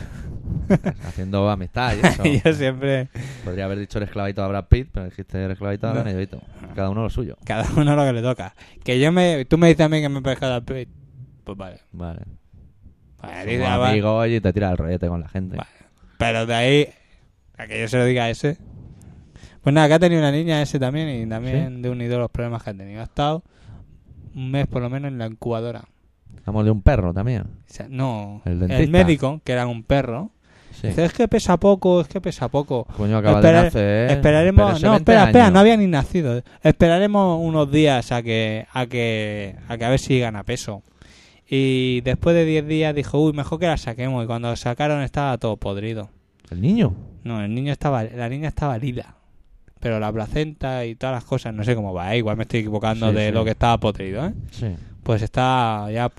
[SPEAKER 2] Haciendo amistad
[SPEAKER 1] [LAUGHS]
[SPEAKER 2] y eso.
[SPEAKER 1] Y yo siempre...
[SPEAKER 2] Podría haber dicho el esclavito a Brad Pitt, pero dijiste el esclavito a
[SPEAKER 1] No.
[SPEAKER 2] Danny DeVito. Cada uno lo suyo.
[SPEAKER 1] Cada [LAUGHS] uno lo que le toca. Que yo me... Tú me dices a mí que me he pescado a Pitt. Pues vale.
[SPEAKER 2] Vale.
[SPEAKER 1] Vale,
[SPEAKER 2] Somos
[SPEAKER 1] dice, ah, vale.
[SPEAKER 2] amigos y te tira el rollete con la gente.
[SPEAKER 1] Vale. Pero de ahí a que yo se lo diga a ese. Pues nada, que ha tenido una niña ese también y también de unido los problemas que ha tenido. Ha estado un mes por lo menos en la incubadora.
[SPEAKER 2] Hablamos de un perro también.
[SPEAKER 1] O sea, no.
[SPEAKER 2] El
[SPEAKER 1] El,
[SPEAKER 2] dentista.
[SPEAKER 1] médico, que era un perro,
[SPEAKER 2] Sí.
[SPEAKER 1] dice, es que pesa poco, es que pesa poco.
[SPEAKER 2] Este Coño, acaba
[SPEAKER 1] Espera-
[SPEAKER 2] de nacer. ¿eh?
[SPEAKER 1] Esperaremos,
[SPEAKER 2] Espérese
[SPEAKER 1] no,
[SPEAKER 2] 20
[SPEAKER 1] espera, espera,
[SPEAKER 2] años.
[SPEAKER 1] no había ni nacido. Esperaremos unos días a que, a que, a que a ver si gana peso. Y después de 10 días dijo, uy, mejor que la saquemos. Y cuando la sacaron estaba todo podrido.
[SPEAKER 2] ¿El niño?
[SPEAKER 1] No, el niño estaba, la niña estaba lila. Pero la placenta y todas las cosas, no sé cómo va, ¿eh? igual me estoy equivocando
[SPEAKER 2] Sí,
[SPEAKER 1] de
[SPEAKER 2] sí.
[SPEAKER 1] lo que estaba podrido, ¿eh?
[SPEAKER 2] Sí.
[SPEAKER 1] Pues está ya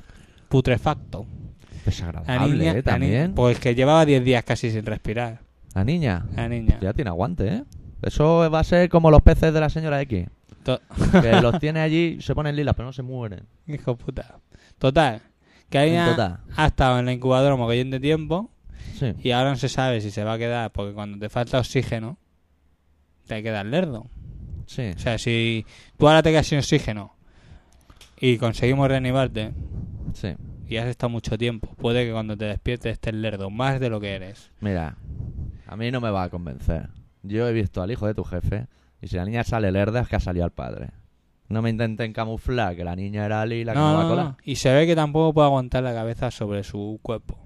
[SPEAKER 1] putrefacto. La
[SPEAKER 2] Desagradable,
[SPEAKER 1] niña,
[SPEAKER 2] ¿eh?
[SPEAKER 1] la niña-
[SPEAKER 2] También.
[SPEAKER 1] pues que llevaba 10 días casi sin respirar,
[SPEAKER 2] La niña.
[SPEAKER 1] la niña.
[SPEAKER 2] Ya tiene aguante, ¿eh? Eso va a ser como los peces de la señora X.
[SPEAKER 1] To- [LAUGHS]
[SPEAKER 2] Que los tiene allí, se ponen lilas, pero no se mueren.
[SPEAKER 1] Hijo puta. Total, que ahí ha-
[SPEAKER 2] Total.
[SPEAKER 1] ha estado en la incubadora un mogollón de tiempo
[SPEAKER 2] Sí.
[SPEAKER 1] y ahora no se sabe si se va a quedar, porque cuando te falta oxígeno, te quedas lerdo.
[SPEAKER 2] Sí.
[SPEAKER 1] O sea, si tú ahora te quedas sin oxígeno y conseguimos reanimarte,
[SPEAKER 2] Sí.
[SPEAKER 1] y has estado mucho tiempo. Puede que cuando te despiertes estés lerdo más de lo que eres.
[SPEAKER 2] Mira, a mí no me va a convencer. Yo he visto al hijo de tu jefe y si la niña sale lerda es que ha salido al padre. No me intenten camuflar que la niña era lila que
[SPEAKER 1] No,
[SPEAKER 2] me va a
[SPEAKER 1] no,
[SPEAKER 2] colar.
[SPEAKER 1] no. Y se ve que tampoco puede aguantar la cabeza sobre su cuerpo.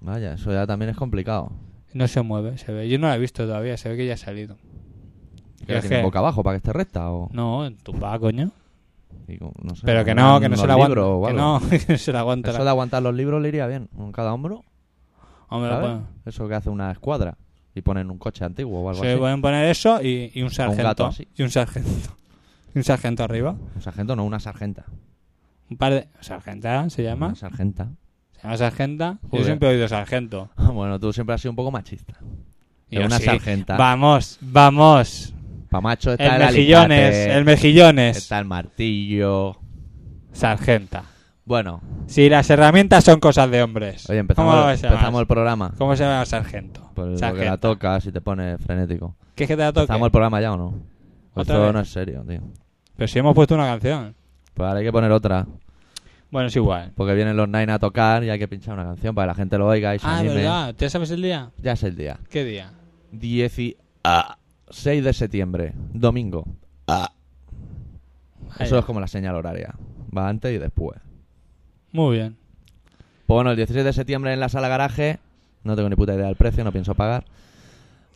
[SPEAKER 2] Vaya, eso ya también es complicado.
[SPEAKER 1] No se mueve, se ve. Yo no la he visto todavía, se ve que ya ha salido. Es
[SPEAKER 2] ¿Que la tienen
[SPEAKER 1] que-
[SPEAKER 2] boca abajo para que esté recta o...?
[SPEAKER 1] No, tumbada, coño.
[SPEAKER 2] y con- no sé,
[SPEAKER 1] Pero que
[SPEAKER 2] tendrán
[SPEAKER 1] no, que no se la
[SPEAKER 2] Ah, unos
[SPEAKER 1] aguanta.
[SPEAKER 2] libros o
[SPEAKER 1] Que
[SPEAKER 2] algo.
[SPEAKER 1] no, [LAUGHS] que no se la aguanta.
[SPEAKER 2] Eso
[SPEAKER 1] la-
[SPEAKER 2] de aguantar los libros le iría bien. ¿Un cada hombro?
[SPEAKER 1] Hombre,
[SPEAKER 2] ¿sabes?
[SPEAKER 1] bueno,
[SPEAKER 2] Eso que hace una escuadra y ponen un coche antiguo o algo
[SPEAKER 1] se
[SPEAKER 2] así.
[SPEAKER 1] pueden poner eso y, y un
[SPEAKER 2] gato
[SPEAKER 1] sargento.
[SPEAKER 2] así.
[SPEAKER 1] y un sargento. [LAUGHS] Y un sargento arriba.
[SPEAKER 2] Un sargento, no, una sargenta.
[SPEAKER 1] Un par de. ¿Sargenta se llama?
[SPEAKER 2] Una sargenta. [LAUGHS]
[SPEAKER 1] Se llama sargenta. Yo
[SPEAKER 2] Joder.
[SPEAKER 1] siempre he oído sargento.
[SPEAKER 2] Bueno, tú siempre has sido un poco machista.
[SPEAKER 1] Y
[SPEAKER 2] Es una
[SPEAKER 1] así,
[SPEAKER 2] sargenta.
[SPEAKER 1] Vamos, vamos.
[SPEAKER 2] Pa' macho está
[SPEAKER 1] el
[SPEAKER 2] el,
[SPEAKER 1] mejillones,
[SPEAKER 2] alicate,
[SPEAKER 1] el mejillones,
[SPEAKER 2] Está el martillo.
[SPEAKER 1] sargenta.
[SPEAKER 2] Bueno,
[SPEAKER 1] Si las herramientas son cosas de hombres.
[SPEAKER 2] oye,
[SPEAKER 1] ¿Cómo
[SPEAKER 2] empezamos,
[SPEAKER 1] se llama?
[SPEAKER 2] empezamos el programa.
[SPEAKER 1] ¿Cómo se llama el sargento?
[SPEAKER 2] Pues lo que la
[SPEAKER 1] sargento.
[SPEAKER 2] tocas y te pone frenético.
[SPEAKER 1] ¿Qué es que te la toque?
[SPEAKER 2] ¿Empezamos el programa ya o no?
[SPEAKER 1] Otra
[SPEAKER 2] Esto
[SPEAKER 1] vez.
[SPEAKER 2] no es serio, tío.
[SPEAKER 1] Pero si hemos puesto una canción.
[SPEAKER 2] Pues ahora hay que poner otra.
[SPEAKER 1] Bueno, es igual.
[SPEAKER 2] Porque vienen los Nine a tocar y hay que pinchar una canción para que la gente lo oiga y se
[SPEAKER 1] Ah,
[SPEAKER 2] anime.
[SPEAKER 1] ¿verdad? ¿Ya sabes el día?
[SPEAKER 2] Ya es el día.
[SPEAKER 1] ¿Qué día?
[SPEAKER 2] 16 de septiembre, domingo. Eso
[SPEAKER 1] Ahí.
[SPEAKER 2] es como la señal horaria. Va antes y después.
[SPEAKER 1] Muy bien.
[SPEAKER 2] Pues bueno, el 16 de septiembre en la sala garaje. No tengo ni puta idea del precio, no pienso pagar.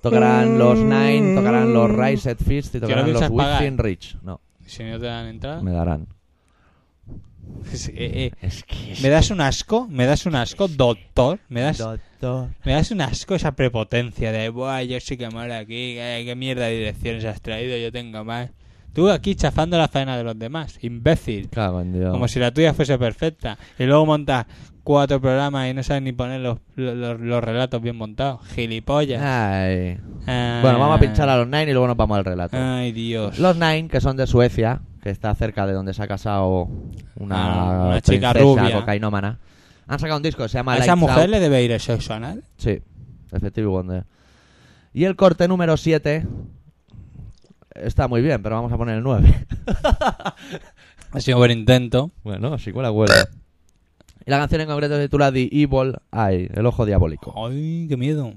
[SPEAKER 2] Tocarán los Nine, tocarán los Rise at Fist y
[SPEAKER 1] no
[SPEAKER 2] tocarán los
[SPEAKER 1] piensas pagar. Ah.
[SPEAKER 2] Within Rich. No,
[SPEAKER 1] Si no te dan entrada.
[SPEAKER 2] me darán.
[SPEAKER 1] [LAUGHS] Sí, eh, eh.
[SPEAKER 2] Es que
[SPEAKER 1] ¿Me das un asco? ¿Me das un asco, doctor? ¿Me das,
[SPEAKER 2] Doctor.
[SPEAKER 1] me das un asco esa prepotencia de, Buah, yo sí que mola aquí, eh, qué mierda de direcciones has traído, yo tengo más. Tú aquí chafando la faena de los demás, imbécil.
[SPEAKER 2] Cago en Dios.
[SPEAKER 1] Como si la tuya fuese perfecta. Y luego montas cuatro programas y no sabes ni poner los, los- los relatos bien montados. Gilipollas.
[SPEAKER 2] Ay.
[SPEAKER 1] Ah.
[SPEAKER 2] Bueno, vamos a pinchar a los Nine y luego nos vamos al relato.
[SPEAKER 1] Ay, Dios.
[SPEAKER 2] Los Nine, que son de Suecia, que está cerca de donde se ha casado una,
[SPEAKER 1] Ah, una chica
[SPEAKER 2] princesa
[SPEAKER 1] rubia.
[SPEAKER 2] cocainómana, han sacado un disco que se llama
[SPEAKER 1] ¿A esa
[SPEAKER 2] Lights
[SPEAKER 1] mujer
[SPEAKER 2] Out.
[SPEAKER 1] le debe ir el sexo anal?
[SPEAKER 2] Sí, Effective Wonder. Y el corte número 7 está muy bien, pero vamos a poner el [LAUGHS] 9.
[SPEAKER 1] Ha sido buen intento.
[SPEAKER 2] bueno, sí que la huele. Y la canción en concreto se titula The Evil Eye, el ojo diabólico.
[SPEAKER 1] Ay, qué miedo.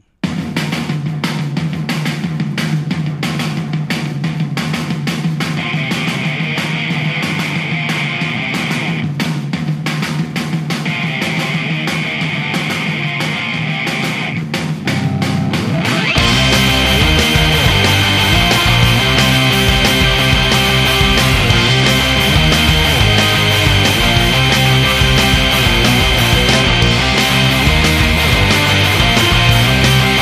[SPEAKER 4] Thank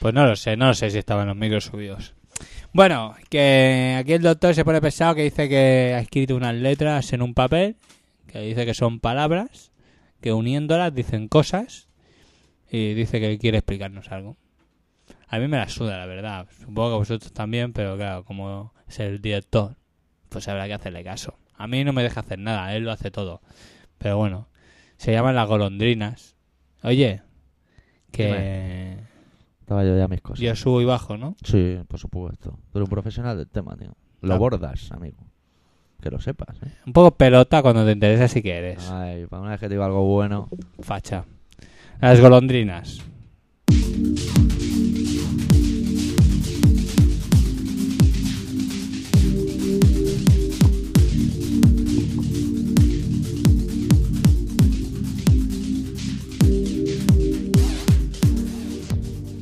[SPEAKER 1] Pues no lo sé, no lo sé si estaban los micros subidos. Bueno, que aquí el doctor se pone pesado que dice que ha escrito unas letras en un papel, que dice que son palabras, que uniéndolas dicen cosas, y dice que quiere explicarnos algo. A mí me la suda, la verdad. Supongo que a vosotros también, pero claro, como es el director, pues habrá que hacerle caso. A mí no me deja hacer nada, él lo hace todo. Pero bueno, se llaman las golondrinas. Oye, que
[SPEAKER 2] Estaba yo ya a mis cosas.
[SPEAKER 1] yo subo y bajo, ¿no?
[SPEAKER 2] Sí, por supuesto. Pero un profesional del tema, tío. Lo
[SPEAKER 1] Ah.
[SPEAKER 2] bordas, amigo. Que lo sepas, ¿eh?
[SPEAKER 1] Un poco pelota cuando te interesa si quieres.
[SPEAKER 2] Ay, para una vez que te digo algo bueno.
[SPEAKER 1] Facha. Las golondrinas.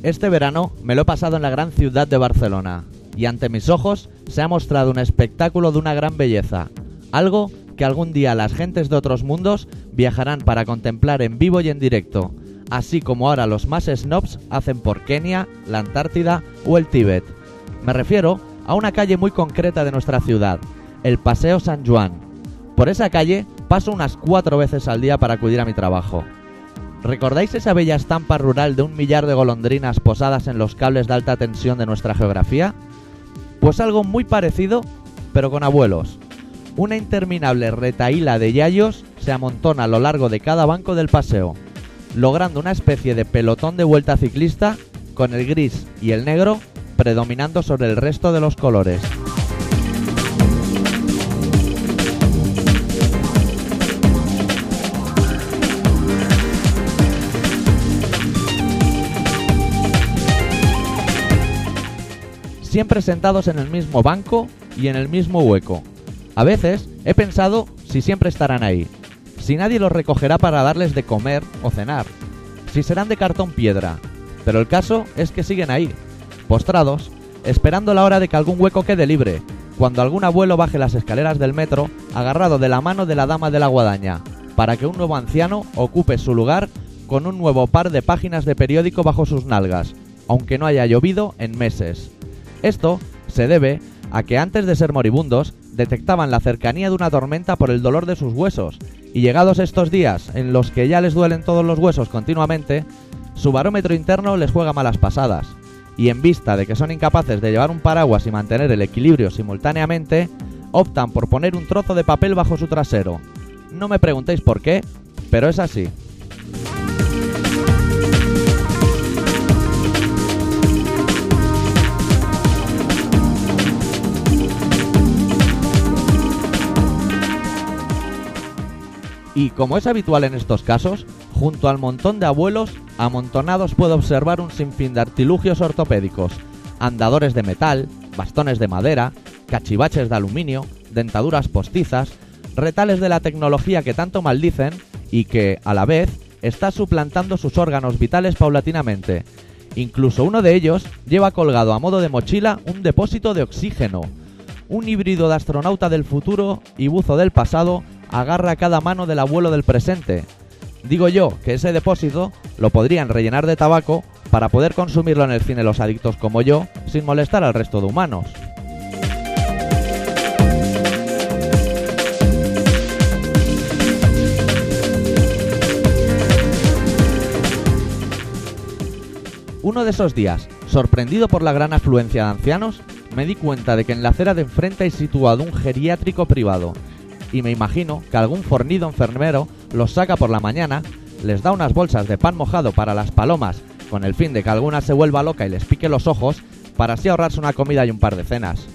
[SPEAKER 2] Este verano me lo he pasado en la gran ciudad de Barcelona y ante mis ojos se ha mostrado un espectáculo de una gran belleza, algo que algún día las gentes de otros mundos viajarán para contemplar en vivo y en directo, así como ahora los más snobs hacen por Kenia, la Antártida o el Tíbet. Me refiero a una calle muy concreta de nuestra ciudad, el Paseo San Juan. Por esa calle paso unas cuatro veces al día para acudir a mi trabajo. ¿Recordáis esa bella estampa rural de un millar de golondrinas posadas en los cables de alta tensión de nuestra geografía? Pues algo muy parecido, pero con abuelos. Una interminable retaíla de yayos se amontona a lo largo de cada banco del paseo, logrando una especie de pelotón de vuelta ciclista con el gris y el negro predominando sobre el resto de los colores. siempre sentados en el mismo banco y en el mismo hueco. A veces he pensado si siempre estarán ahí, si nadie los recogerá para darles de comer o cenar, si serán de cartón piedra, pero el caso es que siguen ahí, postrados, esperando la hora de que algún hueco quede libre, cuando algún abuelo baje las escaleras del metro agarrado de la mano de la dama de la guadaña, para que un nuevo anciano ocupe su lugar con un nuevo par de páginas de periódico bajo sus nalgas, aunque no haya llovido en meses. Esto se debe a que antes de ser moribundos detectaban la cercanía de una tormenta por el dolor de sus huesos, y llegados estos días en los que ya les duelen todos los huesos continuamente, su barómetro interno les juega malas pasadas, y en vista de que son incapaces de llevar un paraguas y mantener el equilibrio simultáneamente, optan por poner un trozo de papel bajo su trasero. No me preguntéis por qué, pero es así. Y como es habitual en estos casos, junto al montón de abuelos, amontonados puedo observar un sinfín de artilugios ortopédicos, andadores de metal, bastones de madera, cachivaches de aluminio, dentaduras postizas, retales de la tecnología que tanto maldicen y que, a la vez, está suplantando sus órganos vitales paulatinamente. Incluso uno de ellos lleva colgado a modo de mochila un depósito de oxígeno, un híbrido de astronauta del futuro y buzo del pasado agarra cada mano del abuelo del presente. Digo yo que ese depósito lo podrían rellenar de tabaco para poder consumirlo en el cine los adictos como yo sin molestar al resto de humanos. Uno de esos días, sorprendido por la gran afluencia de ancianos, me di cuenta de que en la acera de enfrente hay situado un geriátrico privado. Y me imagino que algún fornido enfermero los saca por la mañana, les da unas bolsas de pan mojado para las palomas, con el fin de que alguna se vuelva loca y les pique los ojos, para así ahorrarse una comida y un par de cenas.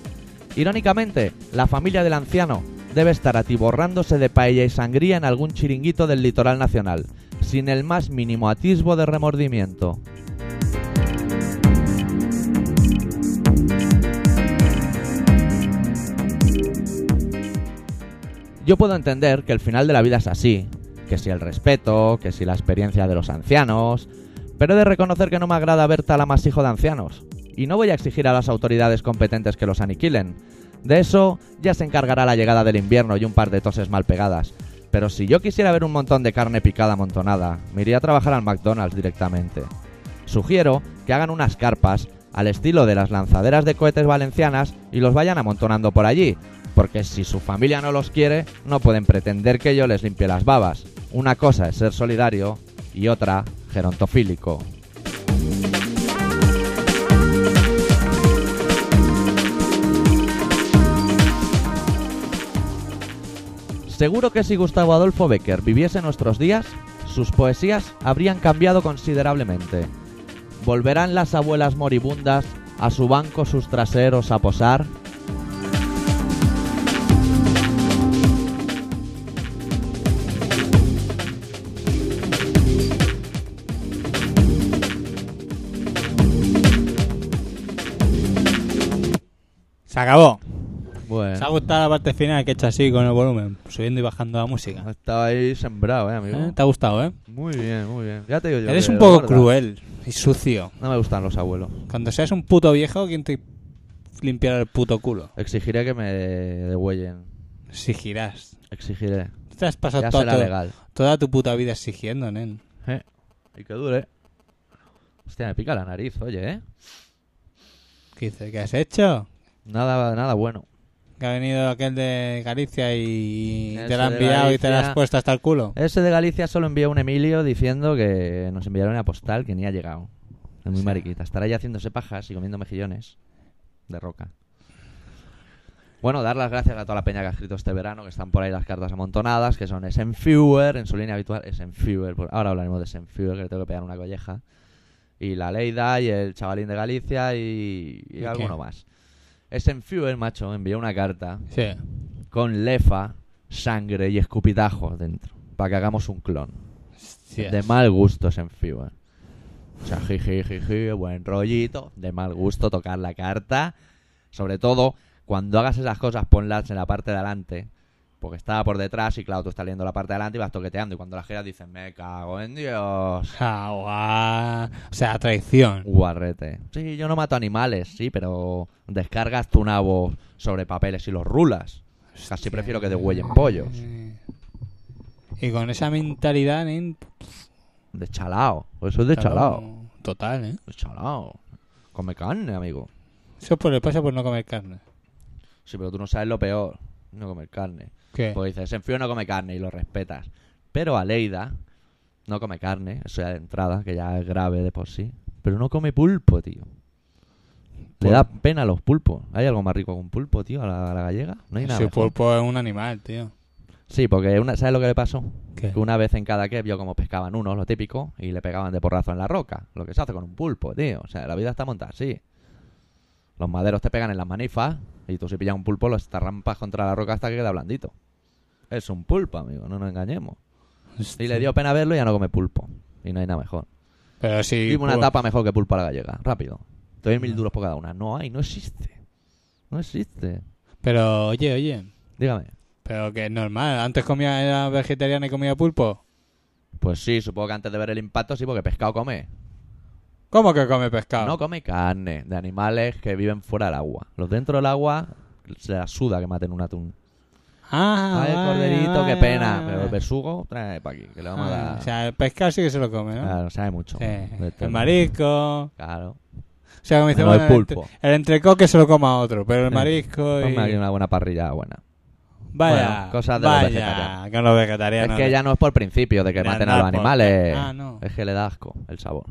[SPEAKER 2] Irónicamente, la familia del anciano debe estar atiborrándose de paella y sangría en algún chiringuito del litoral nacional, sin el más mínimo atisbo de remordimiento. Yo puedo entender que el final de la vida es así, que si el respeto, que si la experiencia de los ancianos, pero he de reconocer que no me agrada ver tal amasijo de ancianos, y no voy a exigir a las autoridades competentes que los aniquilen. De eso ya se encargará la llegada del invierno y un par de toses mal pegadas. Pero si yo quisiera ver un montón de carne picada amontonada, me iría a trabajar al McDonald's directamente. Sugiero que hagan unas carpas al estilo de las lanzaderas de cohetes valencianas y los vayan amontonando por allí, porque si su familia no los quiere, no pueden pretender que yo les limpie las babas. Una cosa es ser solidario y otra gerontofílico. Seguro que si Gustavo Adolfo Becker viviese nuestros días, sus poesías habrían cambiado considerablemente. ¿Volverán las abuelas moribundas a su banco sus traseros a posar?
[SPEAKER 1] Se acabó. ¿Se ha
[SPEAKER 2] Bueno,
[SPEAKER 1] gustado la parte final que he hecho así con el volumen? Pues Subiendo y bajando la música.
[SPEAKER 2] estaba ahí sembrado, eh, amigo.
[SPEAKER 1] ¿Eh? ¿Te ha gustado, eh?
[SPEAKER 2] Muy bien, muy bien. Ya te digo yo.
[SPEAKER 1] Eres
[SPEAKER 2] que,
[SPEAKER 1] un
[SPEAKER 2] la
[SPEAKER 1] poco
[SPEAKER 2] verdad,
[SPEAKER 1] cruel y sucio.
[SPEAKER 2] No me gustan los abuelos.
[SPEAKER 1] Cuando seas un puto viejo, ¿quién te limpiará el puto culo?
[SPEAKER 2] Exigiré que me degüellen.
[SPEAKER 1] Exigirás.
[SPEAKER 2] Exigiré.
[SPEAKER 1] Tú Te has pasado
[SPEAKER 2] Ya
[SPEAKER 1] toda
[SPEAKER 2] será
[SPEAKER 1] tu,
[SPEAKER 2] legal.
[SPEAKER 1] toda tu puta vida exigiendo, nen.
[SPEAKER 2] Eh, Y que dure. Hostia, me pica la nariz, oye, ¿eh?
[SPEAKER 1] ¿Qué dices? ¿Qué has hecho?
[SPEAKER 2] Nada, nada bueno.
[SPEAKER 1] Que ha venido aquel de Galicia y
[SPEAKER 2] Ese
[SPEAKER 1] te la ha
[SPEAKER 2] de
[SPEAKER 1] enviado y te la has
[SPEAKER 2] Galicia.
[SPEAKER 1] puesto hasta el culo.
[SPEAKER 2] Ese de Galicia solo envió un Emilio diciendo que nos enviaron una postal que ni ha llegado. Es muy
[SPEAKER 1] Sí.
[SPEAKER 2] mariquita. Estará ya haciéndose pajas y comiendo mejillones de roca. Bueno, dar las gracias a toda la peña que ha escrito este verano, que están por ahí las cartas amontonadas, que son Esenfewer, en su línea habitual, Esenfewer. por- Ahora hablaremos de Esenfewer, que le tengo que pegar una colleja. Y la Leida, y el chavalín de Galicia, y, y
[SPEAKER 1] ¿Y qué?
[SPEAKER 2] alguno más. Esenfewer, macho, envió una carta
[SPEAKER 1] Sí.
[SPEAKER 2] con lefa, sangre y escupitajos dentro. Para que hagamos un clon.
[SPEAKER 1] Sí.
[SPEAKER 2] De mal gusto en FIBA. O sea, jiji, jiji, buen rollito. De mal gusto tocar la carta. Sobre todo, cuando hagas esas cosas, ponlas en la parte de adelante. Porque estaba por detrás y claro, tú estás leyendo la parte de adelante y vas toqueteando. Y cuando las giras dices, me cago en Dios.
[SPEAKER 1] Ah, guau. O sea, traición.
[SPEAKER 2] Guarrete. Sí, yo no mato animales, sí, pero descargas tu nabo sobre papeles y los rulas. Casi prefiero que degüellen pollos.
[SPEAKER 1] Y con esa mentalidad, nen.
[SPEAKER 2] De chalao. Eso es de chalao.
[SPEAKER 1] Total, ¿eh?
[SPEAKER 2] De chalao. Come carne, amigo.
[SPEAKER 1] Eso es por el paso por no comer carne.
[SPEAKER 2] Sí, pero tú no sabes lo peor. No comer carne.
[SPEAKER 1] ¿Qué?
[SPEAKER 2] Pues dices, en frío no come carne y lo respetas. Pero Aleida no come carne, eso ya de entrada, que ya es grave de por sí. Pero no come pulpo, tío. Le da pena a los pulpos. ¿Hay algo más rico que un pulpo, tío, a la, a la gallega? No hay nada.
[SPEAKER 1] Su
[SPEAKER 2] mejor.
[SPEAKER 1] cuerpo es un animal, tío.
[SPEAKER 2] Sí, porque una, ¿sabes lo que le pasó?
[SPEAKER 1] ¿Qué?
[SPEAKER 2] Que una vez en cada que vio como pescaban uno, lo típico, y le pegaban de porrazo en la roca. Lo que se hace con un pulpo, tío. O sea, la vida está montada así. Los maderos te pegan en las manifas y tú si pillas un pulpo lo estarrampas contra la roca hasta que queda blandito. Es un pulpo, amigo, no nos engañemos. Y le dio pena verlo y ya no come pulpo. Y no hay nada mejor.
[SPEAKER 1] Pero sí.
[SPEAKER 2] Dime una
[SPEAKER 1] pues,
[SPEAKER 2] tapa mejor que pulpo a la gallega. Rápido. Te doy mil duros por cada una. No hay, no existe. No existe.
[SPEAKER 1] Pero oye, oye.
[SPEAKER 2] Dígame.
[SPEAKER 1] Pero que es normal. Antes comía era vegetariana y comía pulpo.
[SPEAKER 2] Pues sí, supongo que antes de ver el impacto sí, porque pescado come.
[SPEAKER 1] ¿Cómo que come pescado?
[SPEAKER 2] No come carne de animales que viven fuera del agua. Los dentro del agua se la suda que maten un atún.
[SPEAKER 1] ah,
[SPEAKER 2] Ay,
[SPEAKER 1] vale,
[SPEAKER 2] corderito,
[SPEAKER 1] vale,
[SPEAKER 2] qué pena.
[SPEAKER 1] vale.
[SPEAKER 2] Pero el besugo, trae para aquí, que le vamos a
[SPEAKER 1] Ah,
[SPEAKER 2] dar.
[SPEAKER 1] O sea, el pescado sí que se lo come, ¿no?
[SPEAKER 2] Claro, sabe mucho.
[SPEAKER 1] Sí.
[SPEAKER 2] De todo.
[SPEAKER 1] El marisco.
[SPEAKER 2] Claro.
[SPEAKER 1] O sea, como dice,
[SPEAKER 2] Ah, No,
[SPEAKER 1] bueno, este
[SPEAKER 2] el
[SPEAKER 1] el, entre-
[SPEAKER 2] pulpo.
[SPEAKER 1] el entrecoque se lo coma otro, pero el
[SPEAKER 2] Sí.
[SPEAKER 1] marisco y...
[SPEAKER 2] Ponme aquí una buena parrilla buena.
[SPEAKER 1] Vaya,
[SPEAKER 2] Bueno, cosas de los
[SPEAKER 1] vaya,
[SPEAKER 2] vegetarianos.
[SPEAKER 1] con los vegetarianos.
[SPEAKER 2] es que ya no es por principio de que
[SPEAKER 1] de
[SPEAKER 2] maten a los
[SPEAKER 1] andar por-
[SPEAKER 2] animales.
[SPEAKER 1] Ah, no.
[SPEAKER 2] Es que le da asco el sabor.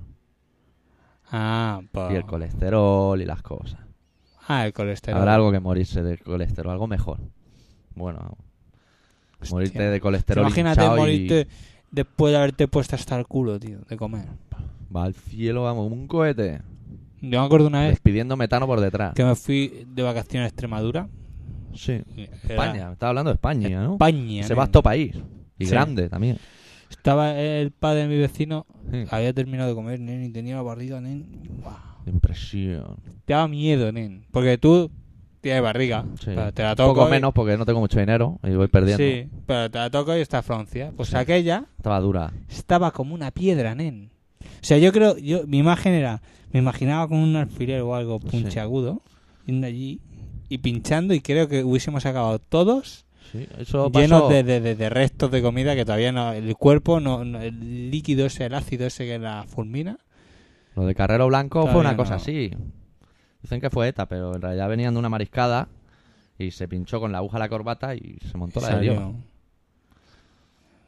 [SPEAKER 1] Ah, pues...
[SPEAKER 2] Y el colesterol y las cosas.
[SPEAKER 1] ah, el colesterol.
[SPEAKER 2] Habrá algo que morirse del colesterol, algo mejor. Bueno,
[SPEAKER 1] Hostia.
[SPEAKER 2] morirte de
[SPEAKER 1] Te
[SPEAKER 2] colesterol.
[SPEAKER 1] Imagínate
[SPEAKER 2] hinchado y-
[SPEAKER 1] morirte después de haberte puesto hasta el culo, tío, de comer.
[SPEAKER 2] Va al cielo, vamos, como un cohete.
[SPEAKER 1] Yo me acuerdo una vez
[SPEAKER 2] Despidiendo metano por detrás.
[SPEAKER 1] Eh. que me fui de vacaciones a Extremadura.
[SPEAKER 2] Sí.
[SPEAKER 1] Era
[SPEAKER 2] España, me estaba hablando de España, ¿no?
[SPEAKER 1] España.
[SPEAKER 2] Se
[SPEAKER 1] nen.
[SPEAKER 2] va a país. Y
[SPEAKER 1] Sí.
[SPEAKER 2] grande también. Ah,
[SPEAKER 1] Estaba el padre de mi vecino,
[SPEAKER 2] Sí.
[SPEAKER 1] había terminado de comer, nen, y tenía la barriga, nen. Buah.
[SPEAKER 2] Impresión.
[SPEAKER 1] Te daba miedo, nen. Porque tú tienes barriga,
[SPEAKER 2] Sí.
[SPEAKER 1] pero te la
[SPEAKER 2] Un
[SPEAKER 1] toco
[SPEAKER 2] poco
[SPEAKER 1] y-
[SPEAKER 2] menos porque no tengo mucho dinero y voy perdiendo.
[SPEAKER 1] Sí, pero te la toco y está Francia. Pues
[SPEAKER 2] Sí.
[SPEAKER 1] aquella
[SPEAKER 2] Estaba dura.
[SPEAKER 1] estaba como una piedra, nen. O sea, yo creo, yo mi imagen era, me imaginaba con un alfiler o algo puntiagudo, yendo allí y pinchando y creo que hubiésemos acabado todos
[SPEAKER 2] Sí, eso pasó.
[SPEAKER 1] llenos de, de- de- de restos de comida que todavía no, el cuerpo, no, no- el líquido ese, el ácido ese que la fulmina,
[SPEAKER 2] Lo Lo de Carrero Blanco
[SPEAKER 1] Todavía
[SPEAKER 2] fue una
[SPEAKER 1] no.
[SPEAKER 2] cosa así. Dicen que fue ETA, pero en realidad venían de una mariscada y se pinchó con la aguja a la corbata y se montó la de Dios.
[SPEAKER 1] Salió.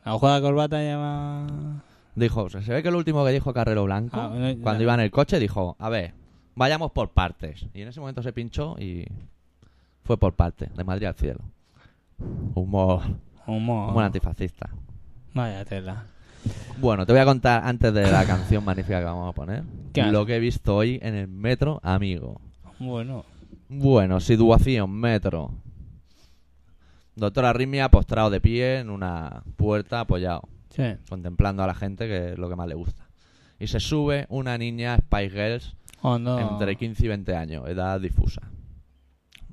[SPEAKER 1] La aguja de corbata llama...
[SPEAKER 2] Dijo, se se ve que lo último que dijo Carrero Blanco,
[SPEAKER 1] Ah, no,
[SPEAKER 2] cuando
[SPEAKER 1] no.
[SPEAKER 2] iba en el coche, dijo, a ver, vayamos por partes. Y en ese momento se pinchó y fue por partes, de Madrid al cielo. Humor,
[SPEAKER 1] Humor.
[SPEAKER 2] humor antifascista.
[SPEAKER 1] Vaya tela.
[SPEAKER 2] Bueno, te voy a contar antes de
[SPEAKER 1] [LAUGHS]
[SPEAKER 2] la canción magnífica que vamos a poner,
[SPEAKER 1] ¿Qué haces?
[SPEAKER 2] lo que he visto hoy en el metro, amigo.
[SPEAKER 1] Bueno.
[SPEAKER 2] Bueno, situación, metro. Doctor Arritmia postrado de pie en una puerta apoyado,
[SPEAKER 1] Sí.
[SPEAKER 2] contemplando a la gente que es lo que más le gusta. Y se sube una niña Spice Girls
[SPEAKER 1] Oh, no.
[SPEAKER 2] entre 15 y 20 años, edad difusa.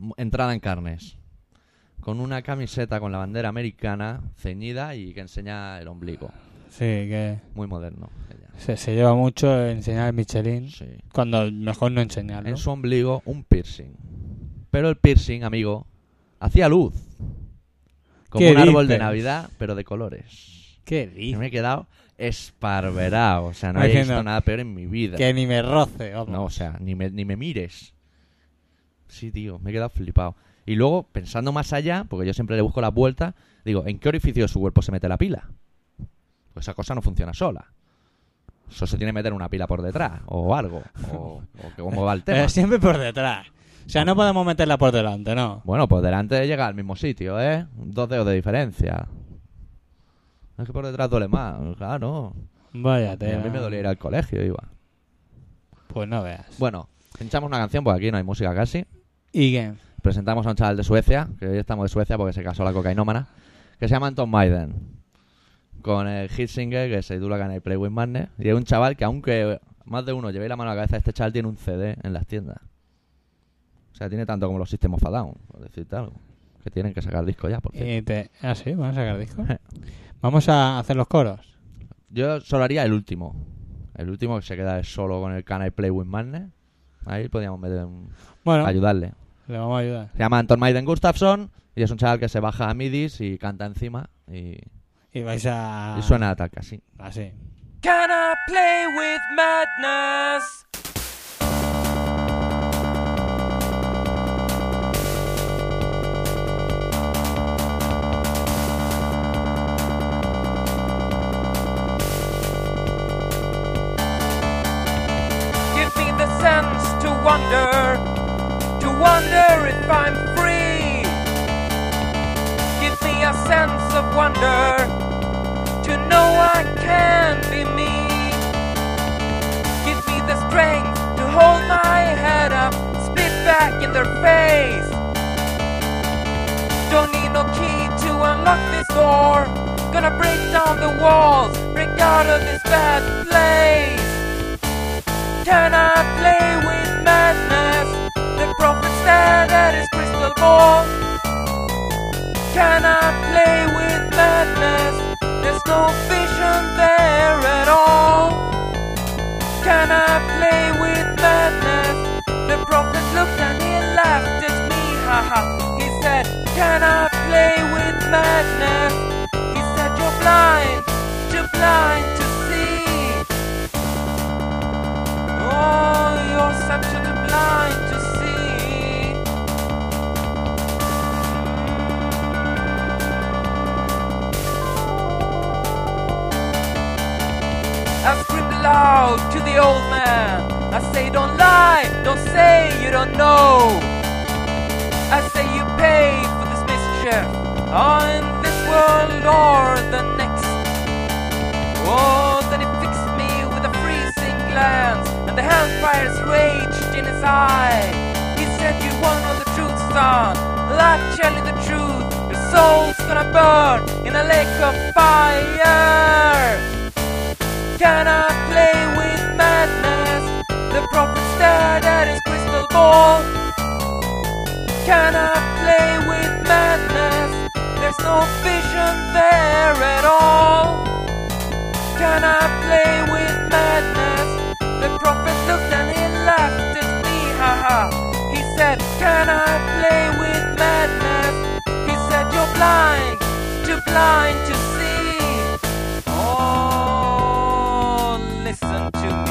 [SPEAKER 2] M- Entrada en carnes. Con una camiseta con la bandera americana ceñida y que enseña el ombligo.
[SPEAKER 1] Sí, que
[SPEAKER 2] Muy moderno. ella.
[SPEAKER 1] se, se lleva mucho enseñar el Michelin
[SPEAKER 2] Sí.
[SPEAKER 1] cuando mejor no enseñarlo.
[SPEAKER 2] En su ombligo un piercing. Pero el piercing, amigo, hacía luz. Como
[SPEAKER 1] ¿Qué
[SPEAKER 2] un árbol de
[SPEAKER 1] dices?
[SPEAKER 2] Navidad, pero de colores.
[SPEAKER 1] ¿Qué
[SPEAKER 2] Y
[SPEAKER 1] dices?
[SPEAKER 2] me he quedado esparverado. O sea, no
[SPEAKER 1] Me
[SPEAKER 2] había
[SPEAKER 1] diciendo
[SPEAKER 2] visto nada peor en mi vida.
[SPEAKER 1] Que ni me roce, vamos.
[SPEAKER 2] No, o sea, ni me, ni me mires. Sí, tío, me he quedado flipado. Y luego, pensando más allá, porque yo siempre le busco la vuelta, digo, ¿en qué orificio de su cuerpo se mete la pila? Pues esa cosa no funciona sola. Eso se tiene que meter una pila por detrás, o algo, o, o que cómo
[SPEAKER 1] [LAUGHS]
[SPEAKER 2] va el tema.
[SPEAKER 1] Pero siempre por detrás. O sea, no podemos meterla por delante, ¿no?
[SPEAKER 2] Bueno, pues delante llega al mismo sitio, ¿eh? Dos dedos de diferencia. Es que por detrás duele más, claro.
[SPEAKER 1] Vaya
[SPEAKER 2] Y
[SPEAKER 1] tela.
[SPEAKER 2] a mí me dolía ir al colegio, iba.
[SPEAKER 1] Pues no veas.
[SPEAKER 2] Bueno, pinchamos una canción, porque aquí no hay música casi.
[SPEAKER 1] ¿Y qué?
[SPEAKER 2] Presentamos a un chaval de Suecia, que hoy estamos de Suecia porque se casó la cocainómana, que se llama Anton Maiden. Con el hit single que se titula Can I Play With Madness. Y es un chaval que, aunque más de uno lleve la mano a la cabeza, este chaval tiene un CD en las tiendas. O sea, tiene tanto como los sistemas Fadown, por decirte algo. Que tienen que sacar disco ya, por fin.
[SPEAKER 1] Y te- Ah, sí, vamos a sacar disco. Vamos a hacer los coros.
[SPEAKER 2] Yo solo haría el último. El último que se queda solo con el Can I Play With Madness. Ahí podríamos meter un-
[SPEAKER 1] Bueno,
[SPEAKER 2] ayudarle.
[SPEAKER 1] le vamos a ayudar.
[SPEAKER 2] Se llama Anton Maiden Gustafsson y es un chaval que se baja a midis y canta encima y,
[SPEAKER 1] Y vais a.
[SPEAKER 2] y suena a tal casi.
[SPEAKER 1] Así.
[SPEAKER 4] Can I play with madness? Give me the sense to wonder, to wonder if I'm free. Give me a sense of wonder to know I can be me. Give me the strength to hold my head up, spit back in their face. Don't need no key to unlock this door. Gonna break down the walls, break out of this bad place. Can I play with madness? The prophet stared at his crystal ball. Can I play with madness? There's no vision there at all. Can I play with madness? The prophet looked and he laughed at me. Haha. He said, Can I play with madness? He said, You're blind, you're blind to see. Oh, you're subtly blind to see. I scream loud to the old man. I say, don't lie, don't say you don't know. I say, you pay for this mischief, or in this world or the next. Oh, then he fixed me with a freezing glance, and the hellfires raged in his eye. He said, You won't know the truth, son. Well, I tell you the truth, your soul's gonna burn in a lake of fire. Can I play with madness? The prophet stared at his crystal ball. Can I play with madness? There's no vision there at all. Can I play with madness? The prophet looked and he laughed at me, haha. He said, Can I play with madness? He said, You're blind, too blind to see. Oh, listen to me.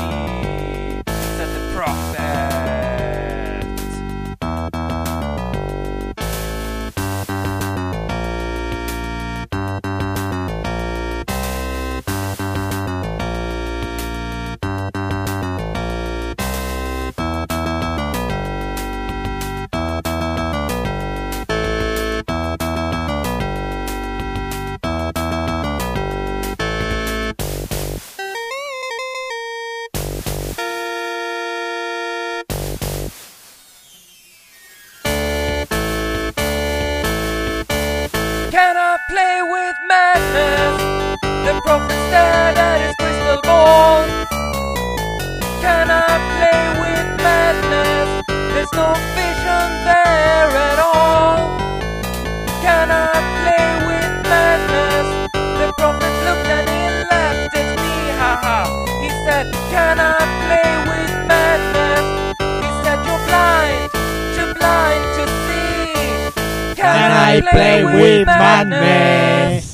[SPEAKER 4] madness. The prophet stared at his crystal ball. Can I play with madness? There's no vision there at all. Can I play with madness? The prophet looked and he laughed at me. Ha ha. He said, Can I play with madness? He said, You're blind, too blind to see.
[SPEAKER 1] Can I play with madness?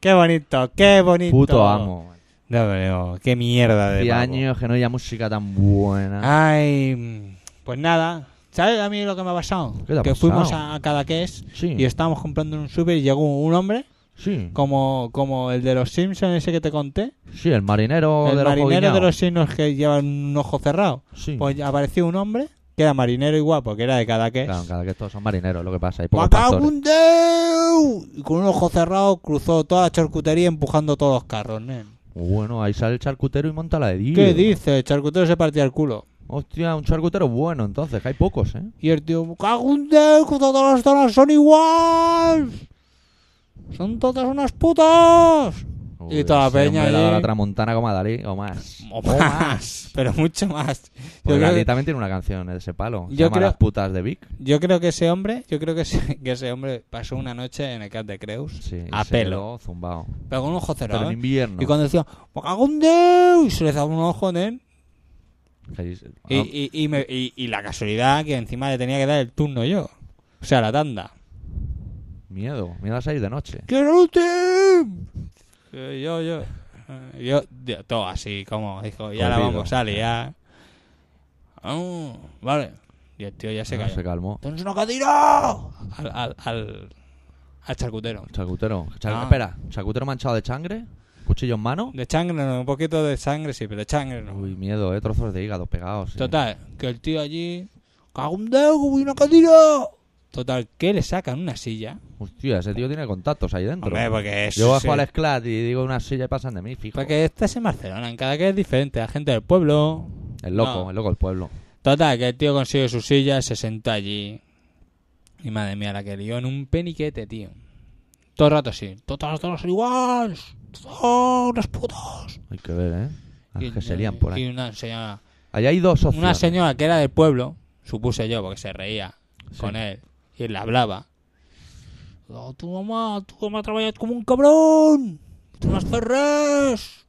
[SPEAKER 1] Qué bonito, qué bonito.
[SPEAKER 2] Puto amo.
[SPEAKER 1] No, pero qué mierda de
[SPEAKER 2] Hace
[SPEAKER 1] pavo.
[SPEAKER 2] años que no oía música tan
[SPEAKER 1] Ah,
[SPEAKER 2] buena.
[SPEAKER 1] Ay, pues nada. ¿Sabes a mí lo que me ha pasado?
[SPEAKER 2] ¿Qué te ha
[SPEAKER 1] que
[SPEAKER 2] pasado?
[SPEAKER 1] fuimos a, a Cadaqués
[SPEAKER 2] Sí.
[SPEAKER 1] y estábamos comprando en un super y llegó un hombre
[SPEAKER 2] Sí,
[SPEAKER 1] como, como el de los Simpsons ese que te conté.
[SPEAKER 2] sí, el marinero
[SPEAKER 1] el
[SPEAKER 2] de los
[SPEAKER 1] marinero de
[SPEAKER 2] Guineos.
[SPEAKER 1] los signos que lleva un ojo cerrado.
[SPEAKER 2] Sí.
[SPEAKER 1] Pues apareció un hombre que era marinero y guapo, que era de Cadaqués. Pues
[SPEAKER 2] Claro, claro, que estos son marineros, lo que pasa. Hay
[SPEAKER 1] ¡Me
[SPEAKER 2] pocos
[SPEAKER 1] cago
[SPEAKER 2] pastores.
[SPEAKER 1] en Deu! Y con un ojo cerrado cruzó toda la charcutería empujando todos los carros, nen.
[SPEAKER 2] Bueno, ahí sale el charcutero y monta la de Dios.
[SPEAKER 1] ¿Qué dice? El charcutero se partía el culo.
[SPEAKER 2] Hostia, un charcutero bueno, entonces, que hay pocos, ¿eh?
[SPEAKER 1] Y el tío, "Me cago en Deu! que todas las zonas son igual. Son todas unas putas. Y toda la
[SPEAKER 2] ese hombre
[SPEAKER 1] peña
[SPEAKER 2] le ha dado
[SPEAKER 1] allí.
[SPEAKER 2] la tramontana como a Dalí, o más.
[SPEAKER 1] O más, [LAUGHS] pero mucho más. Yo
[SPEAKER 2] Porque
[SPEAKER 1] creo,
[SPEAKER 2] Dalí
[SPEAKER 1] que,
[SPEAKER 2] también tiene una canción de ese palo. Se
[SPEAKER 1] Yo
[SPEAKER 2] llama
[SPEAKER 1] creo-
[SPEAKER 2] Las putas de Vic.
[SPEAKER 1] yo creo que ese hombre, yo creo que ese, [LAUGHS] que ese hombre pasó una noche en el Cat de Creus
[SPEAKER 2] Sí, y
[SPEAKER 1] a
[SPEAKER 2] se
[SPEAKER 1] pelo,
[SPEAKER 2] quedó zumbao.
[SPEAKER 1] pero con un ojo
[SPEAKER 2] Pero
[SPEAKER 1] cerrado.
[SPEAKER 2] en
[SPEAKER 1] ¿eh?
[SPEAKER 2] invierno.
[SPEAKER 1] Y cuando decía, ¡Me cago en Deu! Y se le daba un ojo, nen.
[SPEAKER 2] Que ah, ahí se-
[SPEAKER 1] Y, y, y, me- y- y la casualidad que encima le tenía que dar el turno yo. O sea, la tanda.
[SPEAKER 2] Miedo, miedo a salir de noche.
[SPEAKER 1] ¡Quiero usted! Eh, Yo, yo. eh, Yo, yo, todo así, como dijo, ya la
[SPEAKER 2] Olvido.
[SPEAKER 1] vamos, sale, ya. Ah, vale. Y el tío ya se
[SPEAKER 2] Ah,
[SPEAKER 1] cayó.
[SPEAKER 2] se calmó.
[SPEAKER 1] ¡Tienes una cadira! Al, al, al, al charcutero.
[SPEAKER 2] Charcutero. Char-
[SPEAKER 1] Ah.
[SPEAKER 2] Espera, charcutero manchado de sangre, cuchillo en mano.
[SPEAKER 1] De sangre, no, un poquito de sangre sí, pero de sangre no.
[SPEAKER 2] Uy, miedo, eh, trozos de hígado pegados. eh. sí.
[SPEAKER 1] Total, que el tío allí. ¡Cago un dedo, que voy una cadira! Total, que le sacan una silla.
[SPEAKER 2] Hostia, ese tío tiene contactos ahí dentro.
[SPEAKER 1] Hombre, porque es.
[SPEAKER 2] Yo bajo
[SPEAKER 1] sí.
[SPEAKER 2] al Sclat y digo una silla y pasan de mí, fijo.
[SPEAKER 1] Porque estás en Barcelona, en cada que es diferente, la gente del pueblo.
[SPEAKER 2] El loco,
[SPEAKER 1] No.
[SPEAKER 2] el loco del pueblo.
[SPEAKER 1] Total, que el tío consigue su silla, se senta allí. Y madre mía, la que lió en un peniquete, tío. Todo el rato así. Todas, todas son iguales. Todos los putos.
[SPEAKER 2] Hay que ver, ¿eh? Las
[SPEAKER 1] Y-
[SPEAKER 2] que se lían por
[SPEAKER 1] Y
[SPEAKER 2] ahí.
[SPEAKER 1] una señora,
[SPEAKER 2] Allá hay dos opciones.
[SPEAKER 1] una señora que era del pueblo, supuse yo, porque se reía
[SPEAKER 2] Sí.
[SPEAKER 1] con él y le hablaba. No, tu mamá, tu mamá trabaja como un cabrón. Tú las ferres.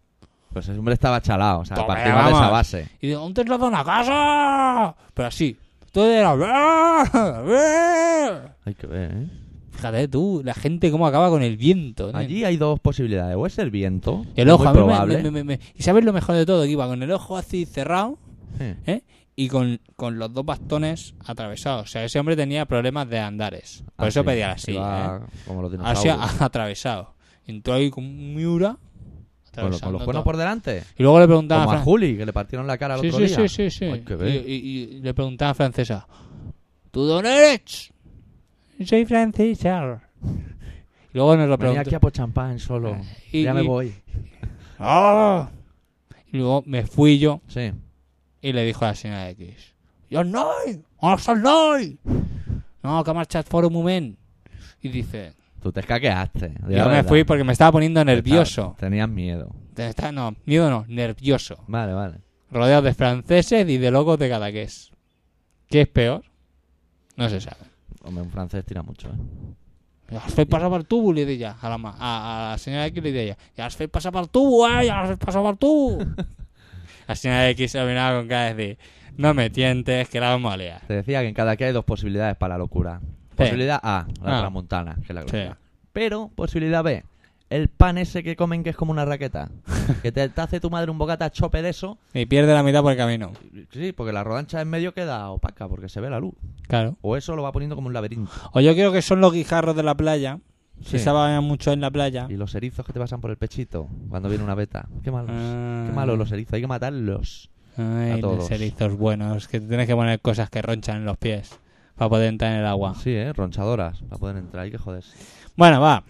[SPEAKER 2] Pues ese hombre estaba chalado, o sea,
[SPEAKER 1] Toma,
[SPEAKER 2] partimos de
[SPEAKER 1] vamos.
[SPEAKER 2] esa base.
[SPEAKER 1] Y de dónde es la zona casa. Pero así. Todo era. "Bla, bla".
[SPEAKER 2] Hay que ver, ¿eh?
[SPEAKER 1] Fíjate tú, la gente cómo acaba con el viento. nen.
[SPEAKER 2] Allí hay dos posibilidades. O es el viento.
[SPEAKER 1] el
[SPEAKER 2] muy
[SPEAKER 1] ojo, a mí me-
[SPEAKER 2] probable.
[SPEAKER 1] me- me- me- Y sabes lo mejor de todo, que iba con el ojo así cerrado
[SPEAKER 2] Sí.
[SPEAKER 1] ¿eh? y con, con los dos bastones atravesados. O sea, ese hombre tenía problemas de andares. Por
[SPEAKER 2] Ah,
[SPEAKER 1] eso
[SPEAKER 2] sí.
[SPEAKER 1] pedía así.
[SPEAKER 2] Iba
[SPEAKER 1] ¿eh?
[SPEAKER 2] Como los
[SPEAKER 1] Así
[SPEAKER 2] dinosaurios.
[SPEAKER 1] a- [LAUGHS] atravesado. Entró ahí con un Miura.
[SPEAKER 2] con, los- con los
[SPEAKER 1] atravesando
[SPEAKER 2] cuernos
[SPEAKER 1] todo.
[SPEAKER 2] por delante.
[SPEAKER 1] Y luego le preguntaba
[SPEAKER 2] Como
[SPEAKER 1] a
[SPEAKER 2] a
[SPEAKER 1] Fran-
[SPEAKER 2] Juli, que le partieron la cara al
[SPEAKER 1] Sí,
[SPEAKER 2] otro
[SPEAKER 1] sí,
[SPEAKER 2] día.
[SPEAKER 1] sí, sí, sí.
[SPEAKER 2] Hay que
[SPEAKER 1] Y,
[SPEAKER 2] ver.
[SPEAKER 1] y- y le preguntaba a Francesa, ¿tú de dónde eres? Soy francesa. Y luego nos lo
[SPEAKER 2] Venía aquí
[SPEAKER 1] preguntó.
[SPEAKER 2] a por champán solo.
[SPEAKER 1] Y-
[SPEAKER 2] ya me
[SPEAKER 1] y-
[SPEAKER 2] voy.
[SPEAKER 1] ¡Ah! Y luego me fui yo
[SPEAKER 2] Sí.
[SPEAKER 1] y le dijo a la señora X, ¡Yo no! ¡No soy no! No, que marchas por un momento. Y dice,
[SPEAKER 2] Tú te escaqueaste.
[SPEAKER 1] y
[SPEAKER 2] di la
[SPEAKER 1] yo me
[SPEAKER 2] verdad.
[SPEAKER 1] fui porque me estaba poniendo nervioso.
[SPEAKER 2] Tenías miedo.
[SPEAKER 1] Te está- no, miedo no, nervioso.
[SPEAKER 2] Vale, vale.
[SPEAKER 1] Rodeado de franceses y de locos de cadaqués. ¿Qué es peor? No se sabe.
[SPEAKER 2] Hombre, un francés tira mucho, ¿eh?
[SPEAKER 1] Ya has fet passar per tubo, li deia a la, ma, a, a la senyora X, li deia, ja has fet passar per tubo, eh, ja has fet passar per [LAUGHS] tubo. la senyora X se mirava con cara de decir, no me tientes, que la vamos a liar.
[SPEAKER 2] Te decía que en cada que hay dos posibilidades para la locura. Posibilidad A, la
[SPEAKER 1] Ah.
[SPEAKER 2] tramontana, que es la
[SPEAKER 1] Sí.
[SPEAKER 2] gloria. Pero, posibilidad B, el pan ese que comen que es como una [LAUGHS] raqueta. que te, te hace tu madre un bocata chope de eso.
[SPEAKER 1] Y pierde la mitad por el camino.
[SPEAKER 2] Sí, porque la rodancha en medio queda opaca porque se ve la luz.
[SPEAKER 1] Claro.
[SPEAKER 2] O eso lo va poniendo como un laberinto.
[SPEAKER 1] O yo creo que son los guijarros de la playa,
[SPEAKER 2] Sí.
[SPEAKER 1] si se bañan mucho en la playa.
[SPEAKER 2] Y los erizos que te pasan por el pechito cuando viene una beta. Qué malos.
[SPEAKER 1] Ah.
[SPEAKER 2] Qué malos los erizos. Hay que matarlos.
[SPEAKER 1] Ay, los
[SPEAKER 2] todos.
[SPEAKER 1] erizos buenos, que te tienes que poner cosas que ronchan en los pies para poder entrar en el agua.
[SPEAKER 2] Sí, ¿eh? Ronchadoras. Para poder entrar. Hay que joderse.
[SPEAKER 1] Bueno, va,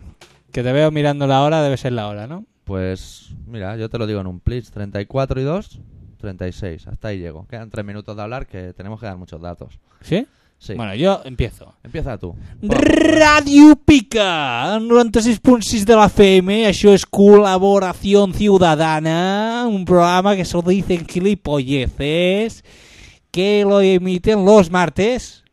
[SPEAKER 1] que te veo mirando la hora, debe ser la hora, ¿no?
[SPEAKER 2] Pues, mira, yo te lo digo en un blitz. 34 y 2, 36. Hasta ahí llego. Quedan 3 minutos de hablar que tenemos que dar muchos datos.
[SPEAKER 1] ¿Sí?
[SPEAKER 2] Sí.
[SPEAKER 1] Bueno, yo empiezo.
[SPEAKER 2] Empieza tú.
[SPEAKER 1] Ràdio Pica, el 96.6 de la FM, això és Col·laboració Ciudadana, un programa que se lo dicen gilipolleces, que lo emiten los martes,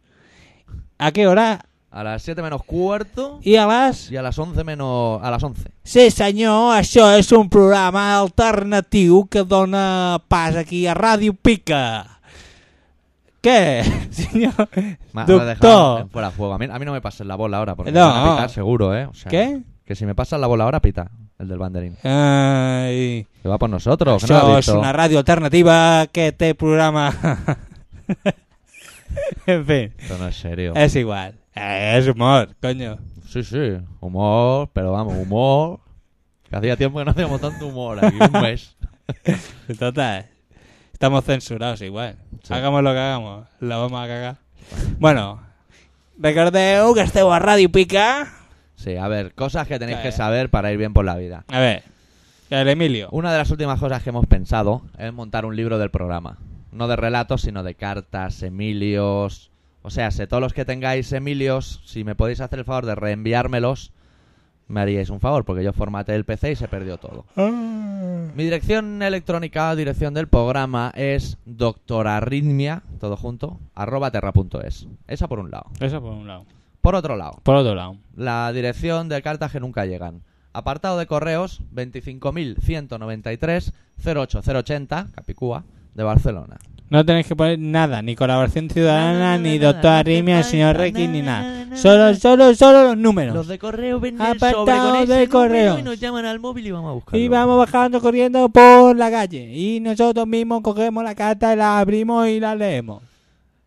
[SPEAKER 1] ¿a qué hora?
[SPEAKER 2] A las 7 menos cuarto
[SPEAKER 1] I a les...
[SPEAKER 2] y a las 11 menos... A las 11.
[SPEAKER 1] Sí senyor, això és un programa alternatiu que dona pas aquí a Ràdio Pica. Què, [LAUGHS] senyor?
[SPEAKER 2] Me ha- me ha dejado
[SPEAKER 1] Doctor,
[SPEAKER 2] fuera de juego. A mí, a mí no me pases la bola ahora, porque
[SPEAKER 1] No.
[SPEAKER 2] me van a pitar seguro, ¿eh? O sea,
[SPEAKER 1] ¿Qué?
[SPEAKER 2] Que si me pasas la bola ahora, pita el del banderín.
[SPEAKER 1] Ai...
[SPEAKER 2] Que va por nosotros, que Pues no lo
[SPEAKER 1] Això
[SPEAKER 2] has
[SPEAKER 1] és
[SPEAKER 2] visto.
[SPEAKER 1] una ràdio alternativa que té programa... [LAUGHS] en fi,
[SPEAKER 2] Esto no es serio.
[SPEAKER 1] és igual. Eh, és humor, coño.
[SPEAKER 2] Sí, sí. Humor, pero vamos, humor. Que hacía tiempo que no hacíamos tanto humor aquí, un mes.
[SPEAKER 1] Total, estamos censurados igual.
[SPEAKER 2] Sí.
[SPEAKER 1] Hagamos lo que hagamos, la vamos a cagar. Bueno, recordeu que esteu a Ràdio Pica.
[SPEAKER 2] [LAUGHS] Sí, a ver, cosas que tenéis
[SPEAKER 1] Sí.
[SPEAKER 2] que saber para ir bien por la vida.
[SPEAKER 1] A ver, el Emilio.
[SPEAKER 2] Una de las últimas cosas que hemos pensado es montar un libro del programa. No de relatos, sino de cartas, Emilios. O sea, si todos los que tengáis Emilios, si me podéis hacer el favor de reenviármelos, me haríais un favor, porque yo formateé el PC y se perdió todo. Mi dirección electrónica, dirección del programa, es doctorarritmia, todo junto, arroba terra.es. Esa por un lado.
[SPEAKER 1] Eso por un lado.
[SPEAKER 2] Por otro lado,
[SPEAKER 1] Por otro lado.
[SPEAKER 2] la dirección de cartas que nunca llegan. Apartado de correos 25.193-08080, Capicúa, de Barcelona.
[SPEAKER 1] No tenéis que poner nada, ni colaboración ciudadana,
[SPEAKER 2] Nada,
[SPEAKER 1] ni
[SPEAKER 2] nada,
[SPEAKER 1] doctor
[SPEAKER 2] no
[SPEAKER 1] Arrimia,
[SPEAKER 2] te
[SPEAKER 1] ni señor
[SPEAKER 2] falta
[SPEAKER 1] Requi,
[SPEAKER 2] nada,
[SPEAKER 1] ni
[SPEAKER 2] nada,
[SPEAKER 1] nada.
[SPEAKER 2] nada.
[SPEAKER 1] Solo, solo, solo los números.
[SPEAKER 2] de correo venden
[SPEAKER 1] el sobre Apartado con ese de número y correos. nos
[SPEAKER 2] llaman al móvil y vamos a buscarlo.
[SPEAKER 1] Y vamos bajando corriendo por la calle. Y nosotros mismos cogemos la carta y la abrimos y la leemos.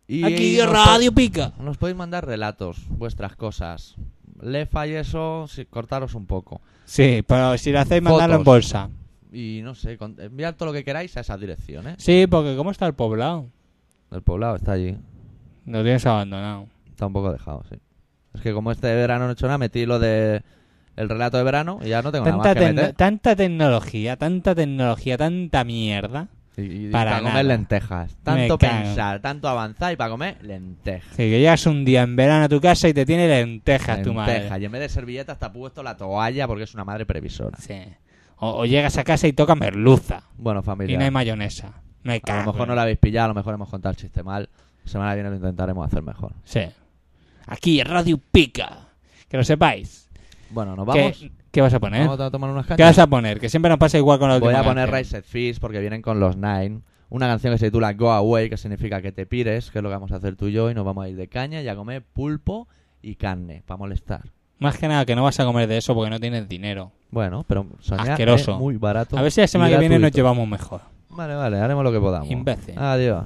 [SPEAKER 1] Aquí
[SPEAKER 2] nos
[SPEAKER 1] Radio Pica.
[SPEAKER 2] po- Nos podéis mandar relatos, vuestras cosas. Lefa y eso, si- cortaros un poco.
[SPEAKER 1] Sí, pero si lo hacéis,
[SPEAKER 2] Fotos.
[SPEAKER 1] mandarlo en bolsa.
[SPEAKER 2] Y no sé, con- enviar todo lo que queráis a esas direcciones.
[SPEAKER 1] Sí, porque ¿cómo está el poblado?
[SPEAKER 2] El poblado está allí.
[SPEAKER 1] Lo tienes abandonado.
[SPEAKER 2] Está un poco dejado, sí. Es que como este verano no he hecho nada, metí lo de el relato de verano y ya no tengo
[SPEAKER 1] Tanta,
[SPEAKER 2] nada más que
[SPEAKER 1] tecno-
[SPEAKER 2] meter.
[SPEAKER 1] tanta tecnología, tanta tecnología, tanta mierda.
[SPEAKER 2] Y, y
[SPEAKER 1] para
[SPEAKER 2] para
[SPEAKER 1] nada.
[SPEAKER 2] comer lentejas.
[SPEAKER 1] Me
[SPEAKER 2] Tanto
[SPEAKER 1] cago.
[SPEAKER 2] pensar, tanto avanzar y para comer lentejas.
[SPEAKER 1] Sí, que llegas un día en verano a tu casa y te tiene lentejas tu
[SPEAKER 2] Lentejas.
[SPEAKER 1] madre.
[SPEAKER 2] Y en vez de servilletas te ha puesto la toalla porque es una madre previsora.
[SPEAKER 1] Sí. O, o llegas a casa y toca merluza. Y no
[SPEAKER 2] Bueno,
[SPEAKER 1] hay
[SPEAKER 2] familia.
[SPEAKER 1] mayonesa. Me
[SPEAKER 2] Pues A
[SPEAKER 1] cago.
[SPEAKER 2] lo mejor
[SPEAKER 1] en-
[SPEAKER 2] no la habéis pillado, a lo mejor hemos contado el chiste mal. Semana que viene lo intentaremos hacer mejor.
[SPEAKER 1] Sí. Aquí, Radio Pica. Que lo sepáis.
[SPEAKER 2] Bueno, nos
[SPEAKER 1] ¿Qué-
[SPEAKER 2] vamos.
[SPEAKER 1] ¿Qué, vas a poner?
[SPEAKER 2] Vamos a tomar unas
[SPEAKER 1] eh. ¿Qué
[SPEAKER 2] cañas.
[SPEAKER 1] vas a poner? Que siempre nos pasa igual con la
[SPEAKER 2] Voy
[SPEAKER 1] última
[SPEAKER 2] a poner
[SPEAKER 1] canción.
[SPEAKER 2] Rise at Fist porque vienen con los Nine. Una canción que se titula Go Away, que significa que te pires, que es lo que vamos a hacer tú y yo, y nos vamos a ir de caña y a comer pulpo y carne, para molestar.
[SPEAKER 1] Más que nada que no vas a comer de eso porque no tienes dinero.
[SPEAKER 2] Bueno, pero soñar
[SPEAKER 1] Asqueroso.
[SPEAKER 2] es muy barato.
[SPEAKER 1] A ver si la
[SPEAKER 2] y
[SPEAKER 1] semana que viene nos
[SPEAKER 2] gratuito.
[SPEAKER 1] llevamos mejor.
[SPEAKER 2] Vale, vale, haremos lo que podamos.
[SPEAKER 1] Imbécil.
[SPEAKER 2] Adiós.